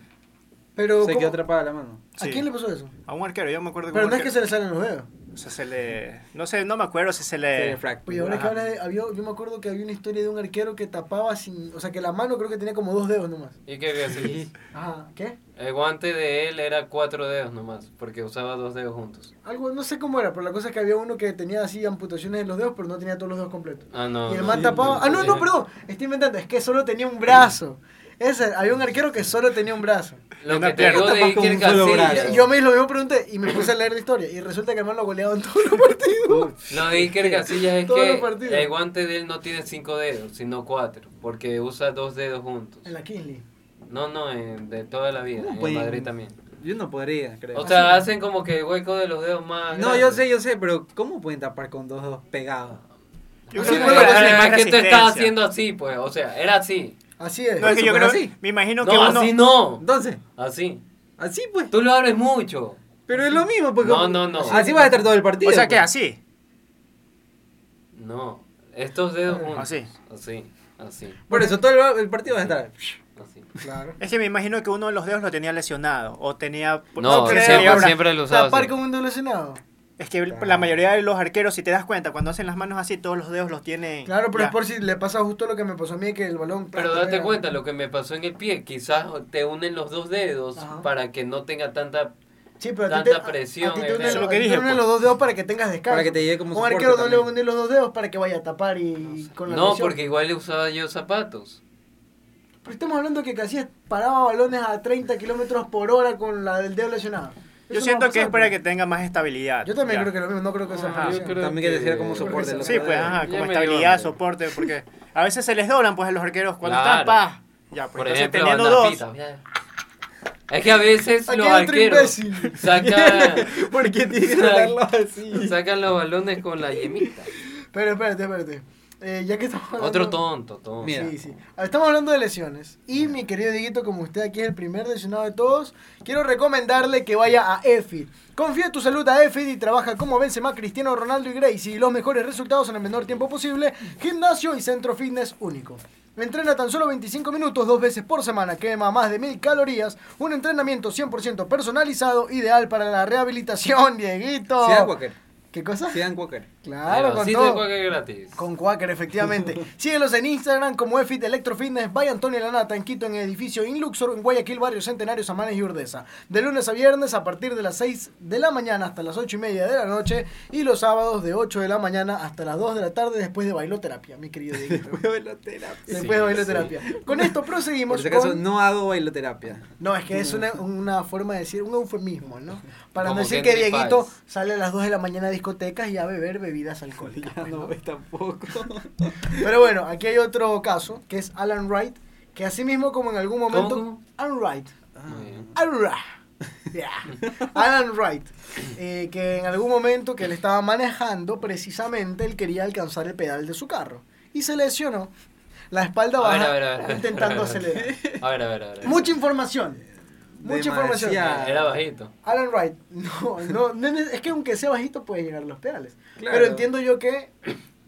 [SPEAKER 1] Pero,
[SPEAKER 2] Se
[SPEAKER 1] ¿cómo-
[SPEAKER 2] quedó atrapada la mano.
[SPEAKER 1] ¿A
[SPEAKER 4] Sí.
[SPEAKER 1] quién le pasó eso?
[SPEAKER 4] A un arquero, yo me acuerdo
[SPEAKER 1] Pero
[SPEAKER 4] un
[SPEAKER 1] no es que se
[SPEAKER 4] arquero-
[SPEAKER 1] le salen los dedos.
[SPEAKER 4] O sea, se le... No sé, no me acuerdo si se
[SPEAKER 2] Se le
[SPEAKER 4] le...
[SPEAKER 2] fracturó.
[SPEAKER 1] Oye, Pues, ahora que
[SPEAKER 4] Ajá.
[SPEAKER 1] hablas de- había- yo me acuerdo que había una historia de un arquero que tapaba sin... O sea, que la mano creo que tenía como dos dedos nomás.
[SPEAKER 3] ¿Y qué voy a decir?
[SPEAKER 1] Ajá, ¿qué?
[SPEAKER 3] El guante de él era cuatro dedos nomás, porque usaba dos dedos juntos.
[SPEAKER 1] Algo, no sé cómo era, pero la cosa es que había uno que tenía así amputaciones en los dedos, pero no tenía todos los dedos completos.
[SPEAKER 3] Ah, no.
[SPEAKER 1] Y el
[SPEAKER 3] no.
[SPEAKER 1] man tapaba. Ah, no, no, perdón. Estoy inventando. Es que solo tenía un brazo. Ese, había un arquero que solo tenía un brazo.
[SPEAKER 3] Lo
[SPEAKER 4] Una
[SPEAKER 3] que te
[SPEAKER 4] pierna.
[SPEAKER 3] digo de
[SPEAKER 2] Tapas con un
[SPEAKER 3] Iker
[SPEAKER 2] solo brazo.
[SPEAKER 1] Y
[SPEAKER 3] Casillas.
[SPEAKER 1] yo me lo mismo pregunté y me puse a leer la historia. Y resulta que el man lo goleaba en todos los partidos.
[SPEAKER 3] Lo de Iker Casillas es
[SPEAKER 1] Todos los
[SPEAKER 3] que
[SPEAKER 1] partidos.
[SPEAKER 3] el guante de él no tiene cinco dedos, sino cuatro, porque usa dos dedos juntos.
[SPEAKER 1] En la Kinley.
[SPEAKER 3] No, no, en- de toda la vida.
[SPEAKER 2] No
[SPEAKER 3] En
[SPEAKER 2] pueden-
[SPEAKER 3] Madrid también.
[SPEAKER 2] Yo no podría, creo. Ah,
[SPEAKER 3] O sea, hacen como que el hueco de los dedos más.
[SPEAKER 2] no,
[SPEAKER 3] grande.
[SPEAKER 2] yo sé, yo sé, pero ¿cómo pueden tapar con dos dedos pegados?
[SPEAKER 4] Yo
[SPEAKER 3] O
[SPEAKER 1] Así
[SPEAKER 3] sea,
[SPEAKER 4] creo que
[SPEAKER 1] fue,
[SPEAKER 4] le
[SPEAKER 1] así
[SPEAKER 4] hace
[SPEAKER 1] fue.
[SPEAKER 4] más
[SPEAKER 3] es que tú estás
[SPEAKER 4] resistencia.
[SPEAKER 3] haciendo así, pues. O sea, era así.
[SPEAKER 1] Así es.
[SPEAKER 4] No, es que yo
[SPEAKER 2] Pues
[SPEAKER 4] creo...
[SPEAKER 2] así.
[SPEAKER 4] Me imagino que
[SPEAKER 3] No,
[SPEAKER 4] uno...
[SPEAKER 3] así no.
[SPEAKER 2] Entonces,
[SPEAKER 3] Así.
[SPEAKER 2] así pues.
[SPEAKER 3] Tú lo abres mucho.
[SPEAKER 2] Pero es lo mismo, porque.
[SPEAKER 3] No, no, no.
[SPEAKER 2] Así vas a estar todo el partido.
[SPEAKER 4] O sea, que
[SPEAKER 2] pues.
[SPEAKER 4] así.
[SPEAKER 3] No. Estos dedos juntos.
[SPEAKER 4] Así.
[SPEAKER 3] Así. Así.
[SPEAKER 2] Por eso todo el, el partido va a estar.
[SPEAKER 3] así.
[SPEAKER 1] Claro.
[SPEAKER 4] Es que me imagino que uno de los dedos lo tenía lesionado. O tenía...
[SPEAKER 3] No,
[SPEAKER 1] creo,
[SPEAKER 3] siempre,
[SPEAKER 1] ahora.
[SPEAKER 3] siempre lo usaba.
[SPEAKER 1] Tapar
[SPEAKER 3] así.
[SPEAKER 1] con un dedo lesionado.
[SPEAKER 4] Es que la mayoría de los arqueros, si te das cuenta, cuando hacen las manos así, todos los dedos los tienen...
[SPEAKER 1] Claro, pero
[SPEAKER 4] ya.
[SPEAKER 1] es por si le pasa justo lo que me pasó a mí, que el balón.
[SPEAKER 3] Pero
[SPEAKER 1] pega.
[SPEAKER 3] date cuenta, lo que me pasó en el pie, quizás te unen los dos dedos
[SPEAKER 1] Ajá.
[SPEAKER 3] para que no tenga tanta...
[SPEAKER 1] Sí, pero a ti
[SPEAKER 3] Tanta
[SPEAKER 1] te, a-
[SPEAKER 3] presión,
[SPEAKER 1] a ti te
[SPEAKER 3] eh.
[SPEAKER 1] unen
[SPEAKER 4] Eso es lo
[SPEAKER 1] los-
[SPEAKER 4] que
[SPEAKER 1] a ti te
[SPEAKER 4] dije,
[SPEAKER 1] unen
[SPEAKER 4] pues.
[SPEAKER 1] los dos dedos para que tengas descanso.
[SPEAKER 2] Para que te llegue como
[SPEAKER 1] Un
[SPEAKER 2] soporte
[SPEAKER 1] arquero no le
[SPEAKER 2] también.
[SPEAKER 1] van a unir los dos dedos para que vaya a tapar y con la
[SPEAKER 3] No,
[SPEAKER 1] lesión.
[SPEAKER 3] porque igual le usaba yo zapatos.
[SPEAKER 1] Pero estamos hablando que Casillas paraba balones a 30 kilómetros por hora con la del dedo lesionado.
[SPEAKER 4] Yo siento que es para que tenga más estabilidad.
[SPEAKER 1] pues. Yo también
[SPEAKER 4] ya.
[SPEAKER 1] creo que lo mismo, no creo que sea
[SPEAKER 3] Ajá.
[SPEAKER 1] una
[SPEAKER 3] Yo
[SPEAKER 1] lesión.
[SPEAKER 3] creo
[SPEAKER 2] También que
[SPEAKER 3] que-
[SPEAKER 2] decir como soporte. el
[SPEAKER 4] Sí,
[SPEAKER 2] otro
[SPEAKER 4] pues,
[SPEAKER 2] dedo.
[SPEAKER 4] ajá,
[SPEAKER 3] Ya
[SPEAKER 4] como
[SPEAKER 3] me
[SPEAKER 4] estabilidad,
[SPEAKER 3] dio.
[SPEAKER 4] soporte, porque a veces se les doblan, pues, a los arqueros cuando
[SPEAKER 3] Claro.
[SPEAKER 4] están pa. Ya, pues,
[SPEAKER 3] Por
[SPEAKER 4] entonces,
[SPEAKER 3] ejemplo,
[SPEAKER 4] teniendo
[SPEAKER 3] Van
[SPEAKER 4] dos.
[SPEAKER 3] Pita, ya. Es que a veces
[SPEAKER 1] Aquí
[SPEAKER 3] los
[SPEAKER 1] hay otro
[SPEAKER 3] arqueros
[SPEAKER 1] imbécil. (laughs)
[SPEAKER 3] sacan,
[SPEAKER 2] (laughs) ¿Por qué tiene que
[SPEAKER 3] Exacto.
[SPEAKER 2] hablarlo así?
[SPEAKER 3] sacan los balones con la yemita.
[SPEAKER 1] Pero espérate, espérate. eh, ya que estamos hablando-
[SPEAKER 3] Otro tonto, tonto.
[SPEAKER 2] Mira.
[SPEAKER 1] Sí, sí. Estamos hablando de lesiones. Y mi querido Dieguito, como usted aquí es el primer lesionado de todos, quiero recomendarle que vaya a EFID. Confía tu salud a EFID y trabaja como Benzema, Cristiano Ronaldo y Gracie. Y los mejores resultados en el menor tiempo posible. Gimnasio y centro fitness único. Entrena tan solo 25 minutos dos veces por semana, quema más de 1000 calorías, un entrenamiento 100% personalizado, ideal para la rehabilitación, (laughs) Dieguito.
[SPEAKER 2] Sean Walker.
[SPEAKER 1] ¿Qué cosa?
[SPEAKER 2] Sean Walker.
[SPEAKER 1] Claro,
[SPEAKER 3] Pero
[SPEAKER 1] con
[SPEAKER 3] sí
[SPEAKER 1] todo.
[SPEAKER 3] se juega gratis.
[SPEAKER 1] Con Quaker,
[SPEAKER 2] (laughs)
[SPEAKER 1] efectivamente. Síguelos en Instagram como EFIT Electrofitness by Antonio Lanata en Quito, en el edificio Inluxor, en Guayaquil, Barrio Centenario, Samanes y Urdesa. De lunes a viernes a partir de las 6 de la mañana hasta las 8 y media de la noche y los sábados de 8 de la mañana hasta las 2 de la tarde después de bailoterapia, mi querido Dieguito.
[SPEAKER 2] (laughs) Bailoterapia.
[SPEAKER 1] Después de bailoterapia. Con esto proseguimos
[SPEAKER 2] Por si acaso,
[SPEAKER 1] con-
[SPEAKER 2] este no hago bailoterapia.
[SPEAKER 1] No, es que
[SPEAKER 2] (laughs)
[SPEAKER 1] es una, una forma de decir, un eufemismo, ¿no? Para no
[SPEAKER 3] Como
[SPEAKER 1] decir que
[SPEAKER 3] Henry
[SPEAKER 1] Dieguito
[SPEAKER 3] Páez.
[SPEAKER 1] sale a las 2 de la mañana a discotecas y a beber bebidas alcohólicas.
[SPEAKER 2] Ya
[SPEAKER 1] pues, ¿no?
[SPEAKER 2] no voy tampoco.
[SPEAKER 1] Pero bueno, aquí hay otro caso, que es Alan Wright, que así mismo como en algún momento...
[SPEAKER 3] cómo?
[SPEAKER 1] Alan Wright.
[SPEAKER 2] Ah.
[SPEAKER 3] Muy bien.
[SPEAKER 1] Alan Wright. Yeah. Alan Wright, eh, que en algún momento que él estaba manejando, precisamente él quería alcanzar el pedal de su carro. Y se lesionó la espalda
[SPEAKER 3] A ver,
[SPEAKER 1] baja
[SPEAKER 3] a ver, a ver, a ver.
[SPEAKER 1] intentando
[SPEAKER 3] (laughs) A ver, a ver.
[SPEAKER 1] acelerar.
[SPEAKER 3] A ver, a ver, a ver.
[SPEAKER 1] Mucha información. Mucha información.
[SPEAKER 2] Demasiado.
[SPEAKER 3] Era bajito.
[SPEAKER 1] Alan Wright, (laughs) no, no, no, no, es que aunque sea bajito puede llegar a los pedales.
[SPEAKER 2] Claro.
[SPEAKER 1] Pero entiendo yo que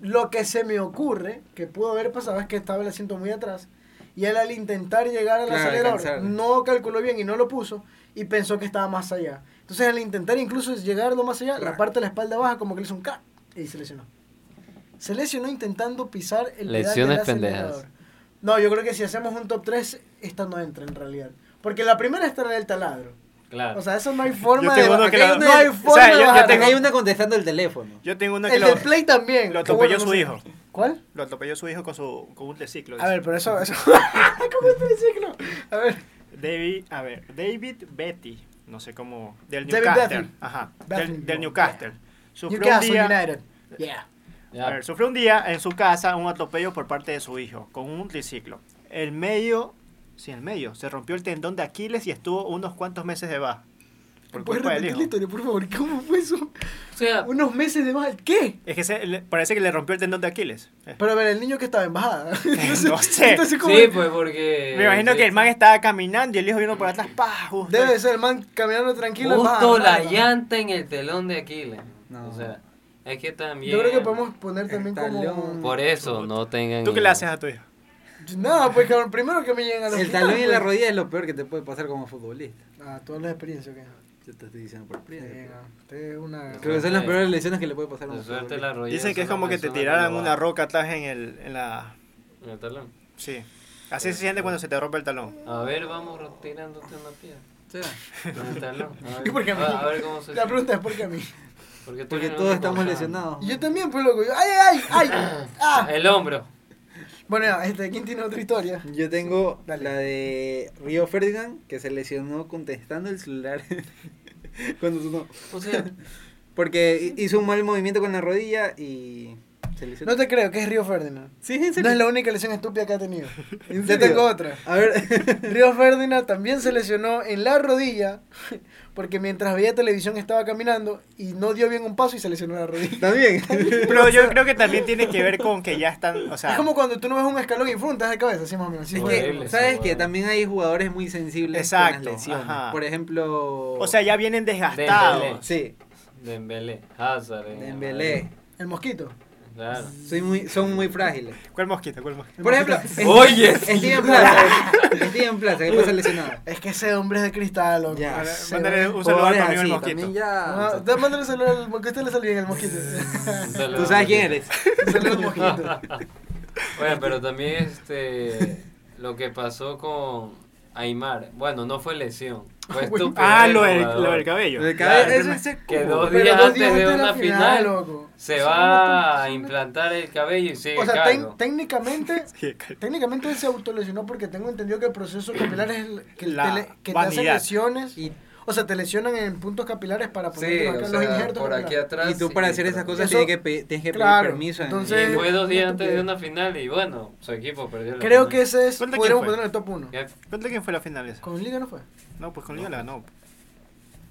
[SPEAKER 1] lo que se me ocurre que pudo haber pasado es que estaba el asiento muy atrás y él al intentar llegar al
[SPEAKER 2] Claro,
[SPEAKER 1] acelerador
[SPEAKER 2] alcanzar.
[SPEAKER 1] no calculó bien y no lo puso y pensó que estaba más allá. Entonces al intentar incluso llegar lo más allá, la
[SPEAKER 2] Claro.
[SPEAKER 1] parte de la espalda baja como que le hizo un crack y se lesionó. Se lesionó intentando pisar el pedal del
[SPEAKER 3] Lesiones pendejas.
[SPEAKER 1] acelerador. No, yo creo que si hacemos un top 3, esta no entra en realidad. Porque la primera está en el taladro.
[SPEAKER 3] Claro.
[SPEAKER 1] O sea, eso no hay forma
[SPEAKER 4] Yo
[SPEAKER 1] de
[SPEAKER 4] tengo uno
[SPEAKER 1] bajar.
[SPEAKER 4] que la-
[SPEAKER 1] No hay
[SPEAKER 4] o sea,
[SPEAKER 1] forma
[SPEAKER 4] yo-
[SPEAKER 1] de
[SPEAKER 4] yo
[SPEAKER 1] bajar.
[SPEAKER 4] tengo-
[SPEAKER 2] Hay una contestando el teléfono.
[SPEAKER 4] Yo tengo una que
[SPEAKER 1] El
[SPEAKER 4] lo,
[SPEAKER 1] del Play también.
[SPEAKER 4] lo
[SPEAKER 1] Qué bueno,
[SPEAKER 4] atropelló
[SPEAKER 1] no
[SPEAKER 4] su
[SPEAKER 1] sé.
[SPEAKER 4] hijo. Pues.
[SPEAKER 1] ¿Cuál?
[SPEAKER 4] Lo atropelló su hijo con, su, con un triciclo.
[SPEAKER 1] A
[SPEAKER 4] dice.
[SPEAKER 1] ver, pero eso... eso... (laughs) ¿Cómo está el ciclo? A ver.
[SPEAKER 4] David, a ver, David Betty, no sé cómo, del
[SPEAKER 1] David
[SPEAKER 4] Newcastle.
[SPEAKER 1] Betty.
[SPEAKER 4] Ajá,
[SPEAKER 1] Betty,
[SPEAKER 4] del, del
[SPEAKER 1] no,
[SPEAKER 4] Newcastle. Sufrió
[SPEAKER 1] Newcastle
[SPEAKER 4] un día,
[SPEAKER 1] United. Yeah.
[SPEAKER 4] a ver, sufrió un día en su casa un atropello por parte de su hijo con un triciclo. El medio, sí, el medio, se rompió el tendón de Aquiles y estuvo unos cuantos meses de baja. Por
[SPEAKER 1] ¿Puedes
[SPEAKER 4] culpa del
[SPEAKER 1] repetir la
[SPEAKER 4] hijo.
[SPEAKER 1] historia, por favor? ¿Cómo fue eso?
[SPEAKER 3] O sea,
[SPEAKER 1] Unos meses de más. ¿Qué?
[SPEAKER 4] Es que se- le- parece que le rompió el tendón de Aquiles. Eh.
[SPEAKER 1] Pero a ver, el niño que estaba en bajada. (laughs)
[SPEAKER 4] No sé.
[SPEAKER 1] Entonces, ¿cómo?
[SPEAKER 3] sí, pues porque.
[SPEAKER 4] Me imagino
[SPEAKER 3] sí.
[SPEAKER 4] que el man estaba caminando y el hijo vino por atrás, pa,
[SPEAKER 2] pues.
[SPEAKER 4] justo.
[SPEAKER 1] Debe de ser el man caminando tranquilo en bajada.
[SPEAKER 3] Justo la
[SPEAKER 1] hermano.
[SPEAKER 3] llanta en el telón de Aquiles.
[SPEAKER 2] No.
[SPEAKER 3] O sea, es que también.
[SPEAKER 1] Yo creo que podemos poner también
[SPEAKER 2] El talón.
[SPEAKER 1] como...
[SPEAKER 3] Por eso no tengan.
[SPEAKER 4] ¿Tú qué le haces a tu hijo?
[SPEAKER 1] Nada, pues cabrón, primero que me lleguen a los
[SPEAKER 2] El talón y
[SPEAKER 1] (laughs)
[SPEAKER 2] la rodilla es lo peor que te puede pasar como futbolista.
[SPEAKER 1] Ah, todas las experiencias que...
[SPEAKER 2] Yo te estoy diciendo por
[SPEAKER 1] Sí,
[SPEAKER 2] primera.
[SPEAKER 1] no, te- una...
[SPEAKER 2] Creo que son las peores lesiones que le puede pasar a un
[SPEAKER 3] De suerte
[SPEAKER 2] futbolista.
[SPEAKER 3] la rodilla.
[SPEAKER 4] Dicen que es como que te
[SPEAKER 3] solamente
[SPEAKER 4] tiraran
[SPEAKER 3] lo
[SPEAKER 4] una
[SPEAKER 3] baja.
[SPEAKER 4] roca atrás en, el, en la...
[SPEAKER 3] En el talón.
[SPEAKER 4] Sí. Así se siente cuando se te rompe el talón.
[SPEAKER 1] (laughs)
[SPEAKER 3] A ver, vamos ro- tirándote una piedra.
[SPEAKER 2] ¿Será? (laughs)
[SPEAKER 3] En el talón. A
[SPEAKER 1] ¿Y por qué
[SPEAKER 3] ver,
[SPEAKER 1] a mí?
[SPEAKER 3] a, a ver cómo
[SPEAKER 1] La
[SPEAKER 3] se siente.
[SPEAKER 1] pregunta es por qué a mí.
[SPEAKER 3] Porque, tú
[SPEAKER 2] Porque
[SPEAKER 3] eres el
[SPEAKER 2] todos
[SPEAKER 3] único
[SPEAKER 2] estamos
[SPEAKER 3] usado.
[SPEAKER 2] lesionados.
[SPEAKER 1] Yo también, pues loco. yo- ¡Ay, ay, ay! ¡Ah!
[SPEAKER 3] El hombro.
[SPEAKER 1] Bueno, ya, este, ¿quién tiene otra historia?
[SPEAKER 2] Yo tengo
[SPEAKER 1] Dale.
[SPEAKER 2] la de Río Ferdinand, que se lesionó contestando el celular. (laughs) Cuando sonó. (laughs)
[SPEAKER 3] O sea,
[SPEAKER 2] Porque hi- hizo un mal movimiento con la rodilla y se lesionó.
[SPEAKER 1] No te creo, que es Río Ferdinand.
[SPEAKER 2] Sí, en
[SPEAKER 1] No
[SPEAKER 2] serio.
[SPEAKER 1] es la única lesión estúpida que ha tenido.
[SPEAKER 2] (laughs) ¿En
[SPEAKER 1] Yo
[SPEAKER 2] serio?
[SPEAKER 1] tengo otra.
[SPEAKER 2] A ver.
[SPEAKER 1] (laughs) Río Ferdinand también se lesionó en la rodilla (laughs) porque mientras veía televisión estaba caminando y no dio bien un paso y se lesionó la rodilla.
[SPEAKER 2] También.
[SPEAKER 4] Pero yo creo que también tiene que ver con que ya están, o sea...
[SPEAKER 1] Es como cuando tú no ves un escalón y ¡fum! te das de cabeza, así más o menos. así.
[SPEAKER 2] Es
[SPEAKER 3] Horrible
[SPEAKER 2] que,
[SPEAKER 3] esa
[SPEAKER 2] ¿sabes
[SPEAKER 3] huevada.
[SPEAKER 2] que También hay jugadores muy sensibles con
[SPEAKER 4] Exacto,
[SPEAKER 2] las lesiones.
[SPEAKER 4] ajá.
[SPEAKER 2] Por ejemplo...
[SPEAKER 4] O sea, ya vienen
[SPEAKER 3] Dembélé.
[SPEAKER 4] desgastados.
[SPEAKER 2] Sí,
[SPEAKER 3] Dembélé. Hazard. eh,
[SPEAKER 2] Dembélé.
[SPEAKER 1] El mosquito.
[SPEAKER 3] Claro.
[SPEAKER 2] Soy muy, son muy frágiles.
[SPEAKER 4] ¿Cuál mosquito? ¿Cuál mosquito?
[SPEAKER 2] Por ejemplo, (laughs)
[SPEAKER 3] Oye.
[SPEAKER 2] Steven (laughs) Plaza. Steven Plaza, que pasa lesionado.
[SPEAKER 1] Es que ese hombre es de cristal, loco.
[SPEAKER 2] Ya.
[SPEAKER 1] Ese
[SPEAKER 4] Mándale un saludo a tu
[SPEAKER 2] Jugadores
[SPEAKER 4] amigo el
[SPEAKER 2] así,
[SPEAKER 4] mosquito.
[SPEAKER 2] también ya...
[SPEAKER 1] No, te mándale el celular al mosquito, este le salió bien el mosquito. (laughs)
[SPEAKER 2] Tú sabes quién eres.
[SPEAKER 1] Salió el mosquito.
[SPEAKER 3] (laughs) Oye, pero también este lo que pasó con Aymar, bueno, no fue lesión,
[SPEAKER 4] (laughs)
[SPEAKER 3] fue estupidez
[SPEAKER 4] Ah,
[SPEAKER 3] del
[SPEAKER 4] lo del,
[SPEAKER 3] jugador.
[SPEAKER 4] lo del cabello.
[SPEAKER 2] El
[SPEAKER 3] Claro,
[SPEAKER 2] cabello- ese-
[SPEAKER 3] el
[SPEAKER 2] ese-
[SPEAKER 3] Que
[SPEAKER 2] ¿cómo?
[SPEAKER 3] dos
[SPEAKER 1] Pero
[SPEAKER 3] días
[SPEAKER 1] dos
[SPEAKER 3] antes
[SPEAKER 1] días
[SPEAKER 3] de
[SPEAKER 1] antes de la
[SPEAKER 3] una
[SPEAKER 1] final,
[SPEAKER 3] final,
[SPEAKER 1] loco.
[SPEAKER 3] se
[SPEAKER 1] Eso
[SPEAKER 3] va
[SPEAKER 1] no
[SPEAKER 3] a implantar el cabello y sigue
[SPEAKER 1] O sea,
[SPEAKER 3] calvo.
[SPEAKER 1] tec- técnicamente,
[SPEAKER 4] Sí, cal-
[SPEAKER 1] técnicamente él se autolesionó porque tengo entendido que el proceso capilar es el que,
[SPEAKER 4] La
[SPEAKER 1] te, le- que te hace
[SPEAKER 4] vanidad.
[SPEAKER 1] lesiones.
[SPEAKER 2] Y-
[SPEAKER 1] O sea, te lesionan en puntos capilares para
[SPEAKER 2] Sí,
[SPEAKER 1] poner
[SPEAKER 2] o
[SPEAKER 1] los injertos. capilares.
[SPEAKER 3] atrás.
[SPEAKER 2] Y tú para hacer esas cosas
[SPEAKER 1] Eso-
[SPEAKER 2] tienes que, pe- tienes que pedir
[SPEAKER 1] claro,
[SPEAKER 2] permiso. ¿eh? en-
[SPEAKER 1] entonces-
[SPEAKER 3] Y fue dos días
[SPEAKER 1] Sí.
[SPEAKER 3] antes de una final y bueno, su equipo perdió la
[SPEAKER 1] Creo
[SPEAKER 3] final.
[SPEAKER 1] que ese es.
[SPEAKER 4] ¿Cuánto
[SPEAKER 1] Podríamos
[SPEAKER 4] quién
[SPEAKER 1] poner en
[SPEAKER 4] fue?
[SPEAKER 1] el top 1.
[SPEAKER 3] ¿Qué?
[SPEAKER 4] ¿Contra quién fue la final esa?
[SPEAKER 1] Con Liga no fue.
[SPEAKER 4] No, pues con Liga la ganó.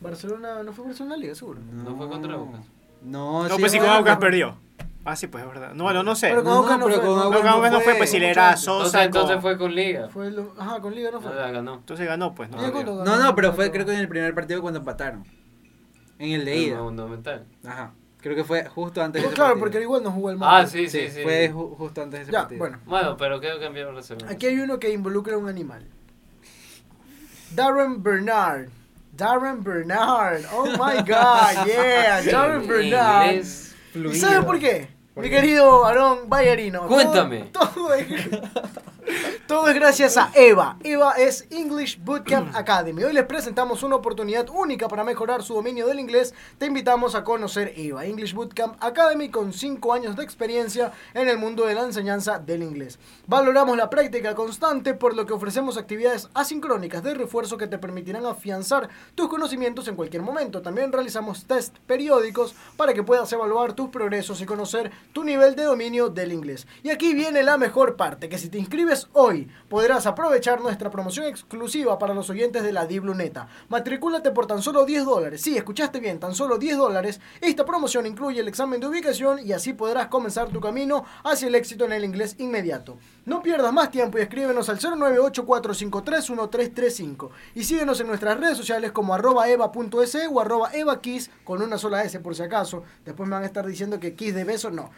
[SPEAKER 1] Barcelona no fue Barcelona Liga, seguro.
[SPEAKER 3] ¿No fue contra Aucas?
[SPEAKER 2] No,
[SPEAKER 4] No,
[SPEAKER 2] sí,
[SPEAKER 4] pues sí,
[SPEAKER 2] fue
[SPEAKER 4] con Aucas
[SPEAKER 2] contra-
[SPEAKER 4] perdió. Ah, sí, pues es verdad. No, bueno, no sé.
[SPEAKER 1] Pero
[SPEAKER 4] Pero
[SPEAKER 1] con
[SPEAKER 2] No,
[SPEAKER 1] Aucas
[SPEAKER 2] pero con
[SPEAKER 1] no,
[SPEAKER 4] no,
[SPEAKER 2] Aucas
[SPEAKER 1] fue.
[SPEAKER 4] no, no fue, pues si le era
[SPEAKER 1] muchacho.
[SPEAKER 4] Sosa.
[SPEAKER 3] Entonces, entonces
[SPEAKER 4] con-
[SPEAKER 3] fue con Liga.
[SPEAKER 1] Fue el- Ajá, con Liga no
[SPEAKER 3] No
[SPEAKER 1] fue.
[SPEAKER 3] la ganó.
[SPEAKER 4] entonces ganó, pues. No,
[SPEAKER 1] Liga
[SPEAKER 4] no,
[SPEAKER 1] cuando ganó.
[SPEAKER 2] No, no, pero fue creo que en el primer partido cuando empataron. En el de
[SPEAKER 3] El
[SPEAKER 2] ida.
[SPEAKER 3] Monumental.
[SPEAKER 2] Ajá. Creo que fue justo antes de
[SPEAKER 1] Pues
[SPEAKER 2] ese
[SPEAKER 1] claro, porque
[SPEAKER 2] partido.
[SPEAKER 1] igual no jugó el
[SPEAKER 3] Ah,
[SPEAKER 1] Madrid.
[SPEAKER 3] sí, sí, sí.
[SPEAKER 2] Fue ju- justo antes de ese
[SPEAKER 1] Ya,
[SPEAKER 2] partido.
[SPEAKER 1] bueno.
[SPEAKER 3] Bueno, pero creo que cambiaron la segunda.
[SPEAKER 1] Aquí hay uno que involucra a un animal. Darren Bernard. Darren Bernard. Oh my god,
[SPEAKER 3] (laughs)
[SPEAKER 1] yeah. Darren
[SPEAKER 3] En
[SPEAKER 1] Bernard. ¿Y
[SPEAKER 3] inglés,
[SPEAKER 2] Fluido.
[SPEAKER 1] sabes por qué?
[SPEAKER 2] ¿Por
[SPEAKER 1] Mi
[SPEAKER 2] qué?
[SPEAKER 1] querido Aarón Ballerino.
[SPEAKER 3] Cuéntame.
[SPEAKER 1] Todo, todo es, (laughs) todo es gracias a Eva. Eva es English
[SPEAKER 2] (clears throat)
[SPEAKER 1] Bootcamp Academy. Hoy les presentamos una oportunidad única para mejorar su dominio del inglés. Te invitamos a conocer Eva, English Bootcamp Academy, con 5 años de experiencia en el mundo de la enseñanza del inglés. Valoramos la práctica constante, por lo que ofrecemos actividades asincrónicas de refuerzo que te permitirán afianzar tus conocimientos en cualquier momento. También realizamos test periódicos para que puedas evaluar tus progresos y conocer tu nivel de dominio del inglés. Y aquí viene la mejor parte, que si te inscribes hoy podrás aprovechar nuestra promoción exclusiva para los oyentes de la Dibluneta. Matricúlate por tan solo 10 dólares. Sí, escuchaste bien, tan solo 10 dólares. Esta promoción incluye el examen de ubicación y así podrás comenzar tu camino hacia el éxito en el inglés inmediato. No pierdas más tiempo y escríbenos al 0984531335 y síguenos en nuestras redes sociales como arroba eva.es o arroba evakiss con una sola S por si acaso. Después me van a estar diciendo que kiss de beso no.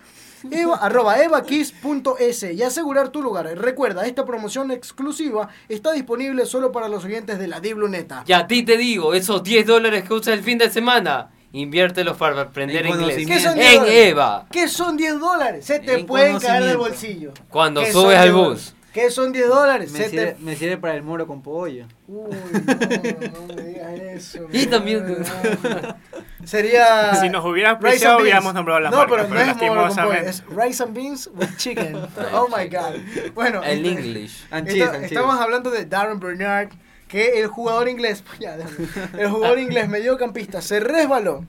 [SPEAKER 1] Eva, arroba evakiss.es y asegurar tu lugar. Recuerda, esta promoción exclusiva está disponible solo para los oyentes de la Dibluneta.
[SPEAKER 3] Y a ti te digo, esos 10 dólares que usas el fin de semana, inviértelos para aprender
[SPEAKER 2] En
[SPEAKER 3] inglés.
[SPEAKER 2] conocimiento. ¿Qué son
[SPEAKER 1] diez
[SPEAKER 3] En
[SPEAKER 1] dólares?
[SPEAKER 3] EVA.
[SPEAKER 1] ¿Qué son 10 dólares? Se te
[SPEAKER 2] En
[SPEAKER 1] pueden caer del
[SPEAKER 2] conocimiento.
[SPEAKER 1] bolsillo.
[SPEAKER 3] Cuando
[SPEAKER 1] ¿Qué
[SPEAKER 3] subes
[SPEAKER 1] son
[SPEAKER 3] al
[SPEAKER 1] 10
[SPEAKER 3] bus.
[SPEAKER 1] dólares? ¿Qué son 10 dólares?
[SPEAKER 2] Me
[SPEAKER 1] Se
[SPEAKER 2] sirve,
[SPEAKER 1] te...
[SPEAKER 2] me sirve para el muro con pollo.
[SPEAKER 1] Uy, no, no me digas eso.
[SPEAKER 3] Y
[SPEAKER 1] man.
[SPEAKER 3] también-
[SPEAKER 4] (laughs)
[SPEAKER 1] Sería...
[SPEAKER 4] Si nos hubieras
[SPEAKER 1] Rice and
[SPEAKER 4] apreciado,
[SPEAKER 1] beans.
[SPEAKER 4] hubiéramos nombrado la
[SPEAKER 1] No,
[SPEAKER 4] marca,
[SPEAKER 1] pero no
[SPEAKER 4] pero
[SPEAKER 1] es moro con pollo,
[SPEAKER 4] lastimosamente.
[SPEAKER 1] es rice and beans with chicken.
[SPEAKER 4] (laughs)
[SPEAKER 1] Oh my God. Bueno,
[SPEAKER 3] El
[SPEAKER 1] este-
[SPEAKER 3] English.
[SPEAKER 2] Anchis,
[SPEAKER 1] Esta-
[SPEAKER 2] anchis.
[SPEAKER 1] Estamos hablando de Darren Bernard, que el jugador inglés, (laughs) ya, déjame. el jugador inglés mediocampista se resbaló.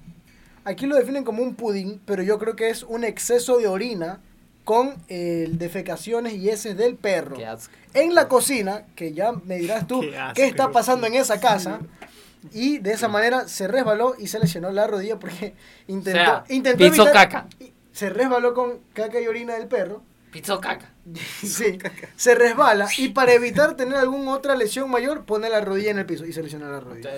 [SPEAKER 1] Aquí lo definen como un pudín, pero yo creo que es un exceso de orina con eh, defecaciones y heces del perro.
[SPEAKER 3] Qué asco.
[SPEAKER 1] En la cocina, que ya me dirás tú
[SPEAKER 4] Qué
[SPEAKER 1] qué,
[SPEAKER 4] asco.
[SPEAKER 1] está pasando en esa casa. Y de esa manera se resbaló y se le llenó la rodilla porque (laughs) intentó,
[SPEAKER 3] O sea,
[SPEAKER 1] intentó
[SPEAKER 3] pisó
[SPEAKER 1] evitar-
[SPEAKER 3] caca.
[SPEAKER 1] Se resbaló con caca y orina del perro. (laughs)
[SPEAKER 3] Pizzo caca.
[SPEAKER 1] Sí, se resbala y para evitar tener alguna otra lesión mayor, pone la rodilla en el piso y se lesiona la rodilla.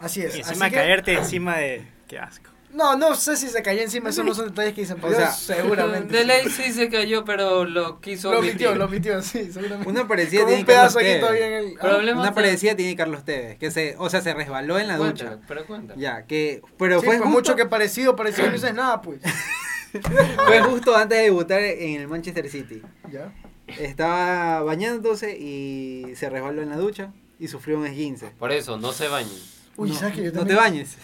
[SPEAKER 1] Así es.
[SPEAKER 4] Y
[SPEAKER 1] Así
[SPEAKER 4] encima
[SPEAKER 1] que-
[SPEAKER 4] caerte encima de. Qué asco.
[SPEAKER 1] no, no sé si se cayó encima, esos no son detalles que dicen, pero
[SPEAKER 2] O sea,
[SPEAKER 1] seguramente.
[SPEAKER 3] (laughs) De
[SPEAKER 1] sí.
[SPEAKER 3] ley sí se cayó, pero lo quiso
[SPEAKER 1] Lo
[SPEAKER 3] omitir.
[SPEAKER 1] omitió, lo omitió, sí, seguramente.
[SPEAKER 2] Una parecida
[SPEAKER 1] Con
[SPEAKER 2] tiene
[SPEAKER 1] un
[SPEAKER 2] que
[SPEAKER 1] pedazo
[SPEAKER 2] ser
[SPEAKER 1] aquí
[SPEAKER 2] usted.
[SPEAKER 1] todavía en el... ah,
[SPEAKER 3] Problemas
[SPEAKER 2] Una
[SPEAKER 3] de-
[SPEAKER 2] parecida tiene Carlos Tevez, que se, o sea, se resbaló en la
[SPEAKER 3] Cuéntalo,
[SPEAKER 2] ducha.
[SPEAKER 3] Pero cuenta.
[SPEAKER 2] Ya, que pero
[SPEAKER 1] sí,
[SPEAKER 2] fue
[SPEAKER 1] pues,
[SPEAKER 2] justo-
[SPEAKER 1] mucho que parecido, parecido no dices nada, pues.
[SPEAKER 2] fue justo antes de debutar en el Manchester City.
[SPEAKER 1] Ya.
[SPEAKER 2] Estaba bañándose y se resbaló en la ducha y sufrió un esguince.
[SPEAKER 3] Por eso, no se bañen.
[SPEAKER 1] Uy,
[SPEAKER 2] no,
[SPEAKER 1] ¿sabes que yo
[SPEAKER 2] no te
[SPEAKER 1] también?
[SPEAKER 2] bañes.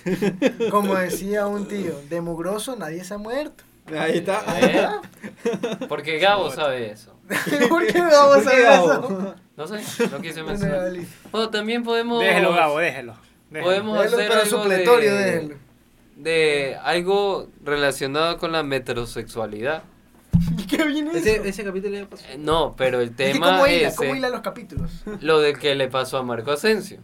[SPEAKER 2] (laughs)
[SPEAKER 1] Como decía un tío, de mugroso nadie se ha muerto.
[SPEAKER 2] (laughs)
[SPEAKER 1] (laughs)
[SPEAKER 2] Ahí
[SPEAKER 3] (laughs)
[SPEAKER 2] está.
[SPEAKER 3] ¿Eh? Porque Gabo sabe eso.
[SPEAKER 1] ¿Por qué vamos
[SPEAKER 2] ¿Por
[SPEAKER 1] a
[SPEAKER 2] qué,
[SPEAKER 1] ver
[SPEAKER 2] Gabo?
[SPEAKER 1] eso?
[SPEAKER 3] (laughs) No sé, lo quise
[SPEAKER 1] Bueno, ya,
[SPEAKER 3] mencionar.
[SPEAKER 1] listo.
[SPEAKER 3] Bueno, también podemos...
[SPEAKER 4] Déjelo, Gabo, eh. déjelo. déjelo.
[SPEAKER 3] Podemos- Vamos a
[SPEAKER 1] Déjalo,
[SPEAKER 3] hacer
[SPEAKER 1] pero
[SPEAKER 3] algo
[SPEAKER 1] supletorio,
[SPEAKER 3] de-
[SPEAKER 1] déjelo.
[SPEAKER 3] de algo relacionado con la metrosexualidad.
[SPEAKER 1] ¿Y qué viene eso?
[SPEAKER 2] Ese, ese capítulo ya pasó.
[SPEAKER 3] Eh, No, pero el
[SPEAKER 1] Es que
[SPEAKER 3] tema
[SPEAKER 1] ¿cómo hila?
[SPEAKER 3] es eh,
[SPEAKER 1] ¿Cómo hila los capítulos?
[SPEAKER 3] (laughs) lo de que le pasó a Marco Asensio.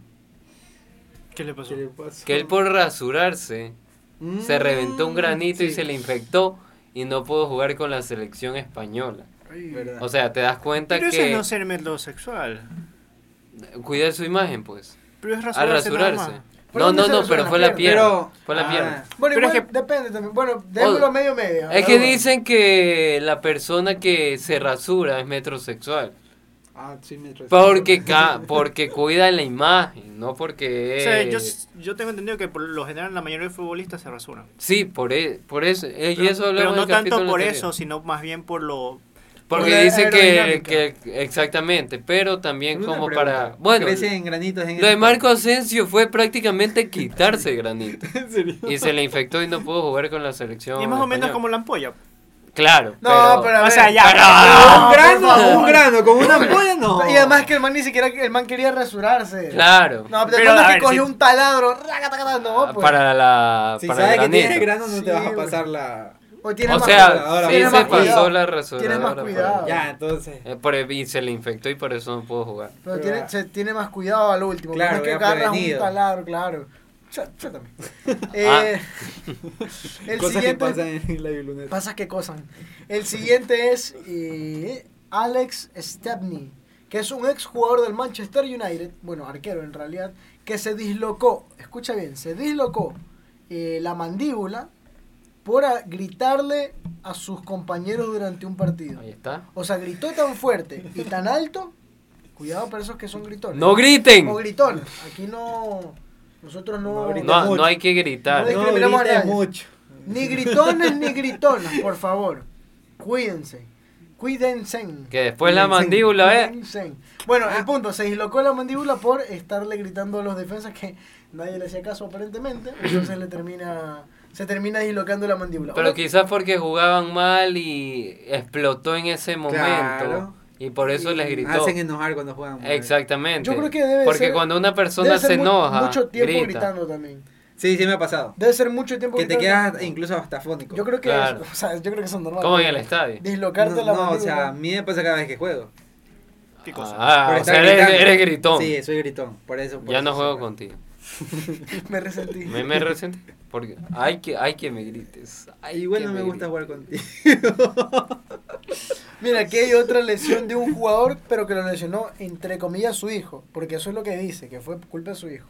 [SPEAKER 4] ¿Qué le pasó?
[SPEAKER 2] ¿Qué le pasó?
[SPEAKER 3] Que él por rasurarse
[SPEAKER 2] Mm,
[SPEAKER 3] se reventó un granito y
[SPEAKER 2] sí,
[SPEAKER 3] se le infectó y no pudo jugar con la selección española.
[SPEAKER 2] verdad.
[SPEAKER 3] O sea, te das cuenta
[SPEAKER 4] Pero eso
[SPEAKER 3] que
[SPEAKER 4] es no ser metrosexual.
[SPEAKER 3] cuida su imagen, pues.
[SPEAKER 4] Pero es
[SPEAKER 3] Al
[SPEAKER 4] rasurarse. nada
[SPEAKER 3] rasurarse.
[SPEAKER 4] más.
[SPEAKER 1] ¿Pero
[SPEAKER 3] No,
[SPEAKER 1] dónde
[SPEAKER 3] no,
[SPEAKER 1] se
[SPEAKER 3] no,
[SPEAKER 1] rasura?
[SPEAKER 3] pero
[SPEAKER 1] ¿La
[SPEAKER 3] fue la
[SPEAKER 2] pierna?
[SPEAKER 3] pierna.
[SPEAKER 2] Pero-
[SPEAKER 3] Fue la
[SPEAKER 2] Ah.
[SPEAKER 3] pierna.
[SPEAKER 1] Bueno,
[SPEAKER 4] Pero
[SPEAKER 1] igual
[SPEAKER 4] es que-
[SPEAKER 1] depende también. Bueno, démoslo
[SPEAKER 3] Oh,
[SPEAKER 1] medio medio.
[SPEAKER 4] ah,
[SPEAKER 3] Es que
[SPEAKER 1] ¿no?
[SPEAKER 3] dicen que la persona que se rasura es metrosexual.
[SPEAKER 4] Pues,
[SPEAKER 2] Ah, sí, me atrasé.
[SPEAKER 3] Porque, ca- porque cuida la imagen, no porque...
[SPEAKER 4] O sea, yo,
[SPEAKER 3] es-
[SPEAKER 4] yo tengo entendido que por lo general la mayoría de futbolistas se rasuran.
[SPEAKER 3] Sí, por, e- por eso. eh, y
[SPEAKER 4] Pero,
[SPEAKER 3] eso
[SPEAKER 4] pero
[SPEAKER 3] hablamos
[SPEAKER 4] no
[SPEAKER 3] del
[SPEAKER 4] tanto
[SPEAKER 3] capítulo
[SPEAKER 4] por
[SPEAKER 3] anterior.
[SPEAKER 4] eso, sino más bien por lo...
[SPEAKER 1] por la
[SPEAKER 3] Porque dicen que,
[SPEAKER 1] aerodinámica.
[SPEAKER 3] que... Exactamente, pero también
[SPEAKER 2] Una
[SPEAKER 3] como
[SPEAKER 2] pregunta.
[SPEAKER 3] para... Bueno,
[SPEAKER 2] Crecen granitos en
[SPEAKER 3] lo
[SPEAKER 2] el-
[SPEAKER 3] de Marco Asensio fue
[SPEAKER 1] (laughs)
[SPEAKER 3] prácticamente quitarse el granito.
[SPEAKER 2] ¿En serio?
[SPEAKER 3] Y se le infectó y no pudo jugar con la selección.
[SPEAKER 4] y es más o menos
[SPEAKER 3] española.
[SPEAKER 4] como la ampolla.
[SPEAKER 3] Claro.
[SPEAKER 1] No, pero. a
[SPEAKER 4] o
[SPEAKER 1] ver.
[SPEAKER 4] sea, ya.
[SPEAKER 3] Pero-
[SPEAKER 2] un
[SPEAKER 1] por favor.
[SPEAKER 2] grano, un grano, con una ampolla (laughs) no.
[SPEAKER 1] Y además que el man ni siquiera. El man quería rasurarse.
[SPEAKER 3] Claro.
[SPEAKER 1] No, pero
[SPEAKER 4] Pero,
[SPEAKER 1] no
[SPEAKER 4] a
[SPEAKER 1] es que
[SPEAKER 4] ver,
[SPEAKER 1] cogió
[SPEAKER 4] si-
[SPEAKER 1] un taladro. raca, taca, taca, No, pues.
[SPEAKER 3] Ah, Para la...
[SPEAKER 2] Si
[SPEAKER 3] Ah, para
[SPEAKER 2] sabes
[SPEAKER 3] el
[SPEAKER 2] que tienes
[SPEAKER 3] granito.
[SPEAKER 2] grano, no te
[SPEAKER 1] Sí,
[SPEAKER 2] vas a
[SPEAKER 1] güey.
[SPEAKER 2] pasar la.
[SPEAKER 1] O, tiene
[SPEAKER 3] o
[SPEAKER 1] más
[SPEAKER 3] sea,
[SPEAKER 2] cuidado,
[SPEAKER 3] sí
[SPEAKER 1] tiene
[SPEAKER 3] se
[SPEAKER 1] más
[SPEAKER 3] pasó
[SPEAKER 1] cuidado.
[SPEAKER 3] la rasuradora.
[SPEAKER 1] Tienes más
[SPEAKER 3] por ahí.
[SPEAKER 1] cuidado.
[SPEAKER 2] Ya, entonces.
[SPEAKER 3] Eh, por el- y se le infectó y por eso no pudo jugar.
[SPEAKER 1] Pero tiene, se tiene más cuidado al último.
[SPEAKER 2] Claro,
[SPEAKER 1] no es que
[SPEAKER 2] ya
[SPEAKER 1] agarras un
[SPEAKER 2] prevenido.
[SPEAKER 1] taladro, claro. Yo, yo
[SPEAKER 3] (laughs)
[SPEAKER 1] también.
[SPEAKER 3] Ah.
[SPEAKER 2] (laughs)
[SPEAKER 1] Eh,
[SPEAKER 2] Cosas
[SPEAKER 1] el
[SPEAKER 2] que
[SPEAKER 1] siguiente.
[SPEAKER 2] pasan en la biluneta.
[SPEAKER 1] Pasas que cosan. El siguiente es eh, Alex Stepney, que es un ex jugador del Manchester United, bueno, arquero en realidad, que se dislocó, escucha bien, se dislocó eh, la mandíbula por a- gritarle a sus compañeros durante un partido.
[SPEAKER 3] Ahí está.
[SPEAKER 1] O sea, gritó tan fuerte y tan alto. Cuidado para esos que son gritones.
[SPEAKER 3] ¡No griten!
[SPEAKER 1] O gritones. Aquí no. Nosotros no.
[SPEAKER 2] No gritan
[SPEAKER 3] No, no hay que gritar.
[SPEAKER 1] No discriminamos a
[SPEAKER 2] griten
[SPEAKER 1] nadie.
[SPEAKER 2] mucho.
[SPEAKER 1] Ni gritones ni gritonas, por favor. Cuídense. Cuídense.
[SPEAKER 3] Que después la mandíbula, ¿eh?
[SPEAKER 1] Cuídense. Bueno, el punto, se dislocó la mandíbula por estarle gritando a los defensas que nadie le hacía caso aparentemente. Entonces le termina. Se termina dislocando la mandíbula.
[SPEAKER 3] Pero
[SPEAKER 1] Ahora-
[SPEAKER 3] quizás porque jugaban mal y explotó en ese momento.
[SPEAKER 2] Claro.
[SPEAKER 3] Y por eso les gritó.
[SPEAKER 2] Hacen enojar cuando juegan. mal.
[SPEAKER 3] Exactamente.
[SPEAKER 1] Yo creo que debe
[SPEAKER 3] Porque
[SPEAKER 1] ser-
[SPEAKER 3] cuando una persona
[SPEAKER 1] debe ser
[SPEAKER 3] se
[SPEAKER 1] mu-
[SPEAKER 3] enoja,
[SPEAKER 1] Mucho tiempo
[SPEAKER 3] grita.
[SPEAKER 1] gritando también.
[SPEAKER 2] Sí, sí me ha pasado.
[SPEAKER 1] Debe ser mucho tiempo
[SPEAKER 2] Que te
[SPEAKER 1] gritando.
[SPEAKER 2] quedas incluso hasta fónico.
[SPEAKER 1] Yo creo que
[SPEAKER 3] Claro.
[SPEAKER 1] es, o sea, yo creo que son normales.
[SPEAKER 3] Como en el estadio.
[SPEAKER 1] Dislocarte
[SPEAKER 2] no,
[SPEAKER 1] la
[SPEAKER 2] no, o
[SPEAKER 1] mandíbula.
[SPEAKER 2] sea, a mí me pasa cada vez que juego.
[SPEAKER 4] ¿Qué cosa?
[SPEAKER 3] Ah,
[SPEAKER 2] Por
[SPEAKER 3] o
[SPEAKER 2] estar
[SPEAKER 3] sea, eres,
[SPEAKER 2] gritando.
[SPEAKER 3] eres gritón.
[SPEAKER 2] Sí, soy gritón. Por eso. por
[SPEAKER 3] ya
[SPEAKER 2] eso
[SPEAKER 3] no juego
[SPEAKER 2] soy-
[SPEAKER 3] contigo.
[SPEAKER 1] (laughs) me resentí.
[SPEAKER 3] Me, me resentí. Porque hay que, hay que me grites. Ay,
[SPEAKER 2] Y bueno,
[SPEAKER 3] que
[SPEAKER 2] me gusta
[SPEAKER 3] grites.
[SPEAKER 2] jugar
[SPEAKER 3] (laughs)
[SPEAKER 2] contigo.
[SPEAKER 1] Mira, aquí hay otra lesión de un jugador, pero que lo lesionó entre comillas su hijo, porque eso es lo que dice, que fue culpa de su hijo.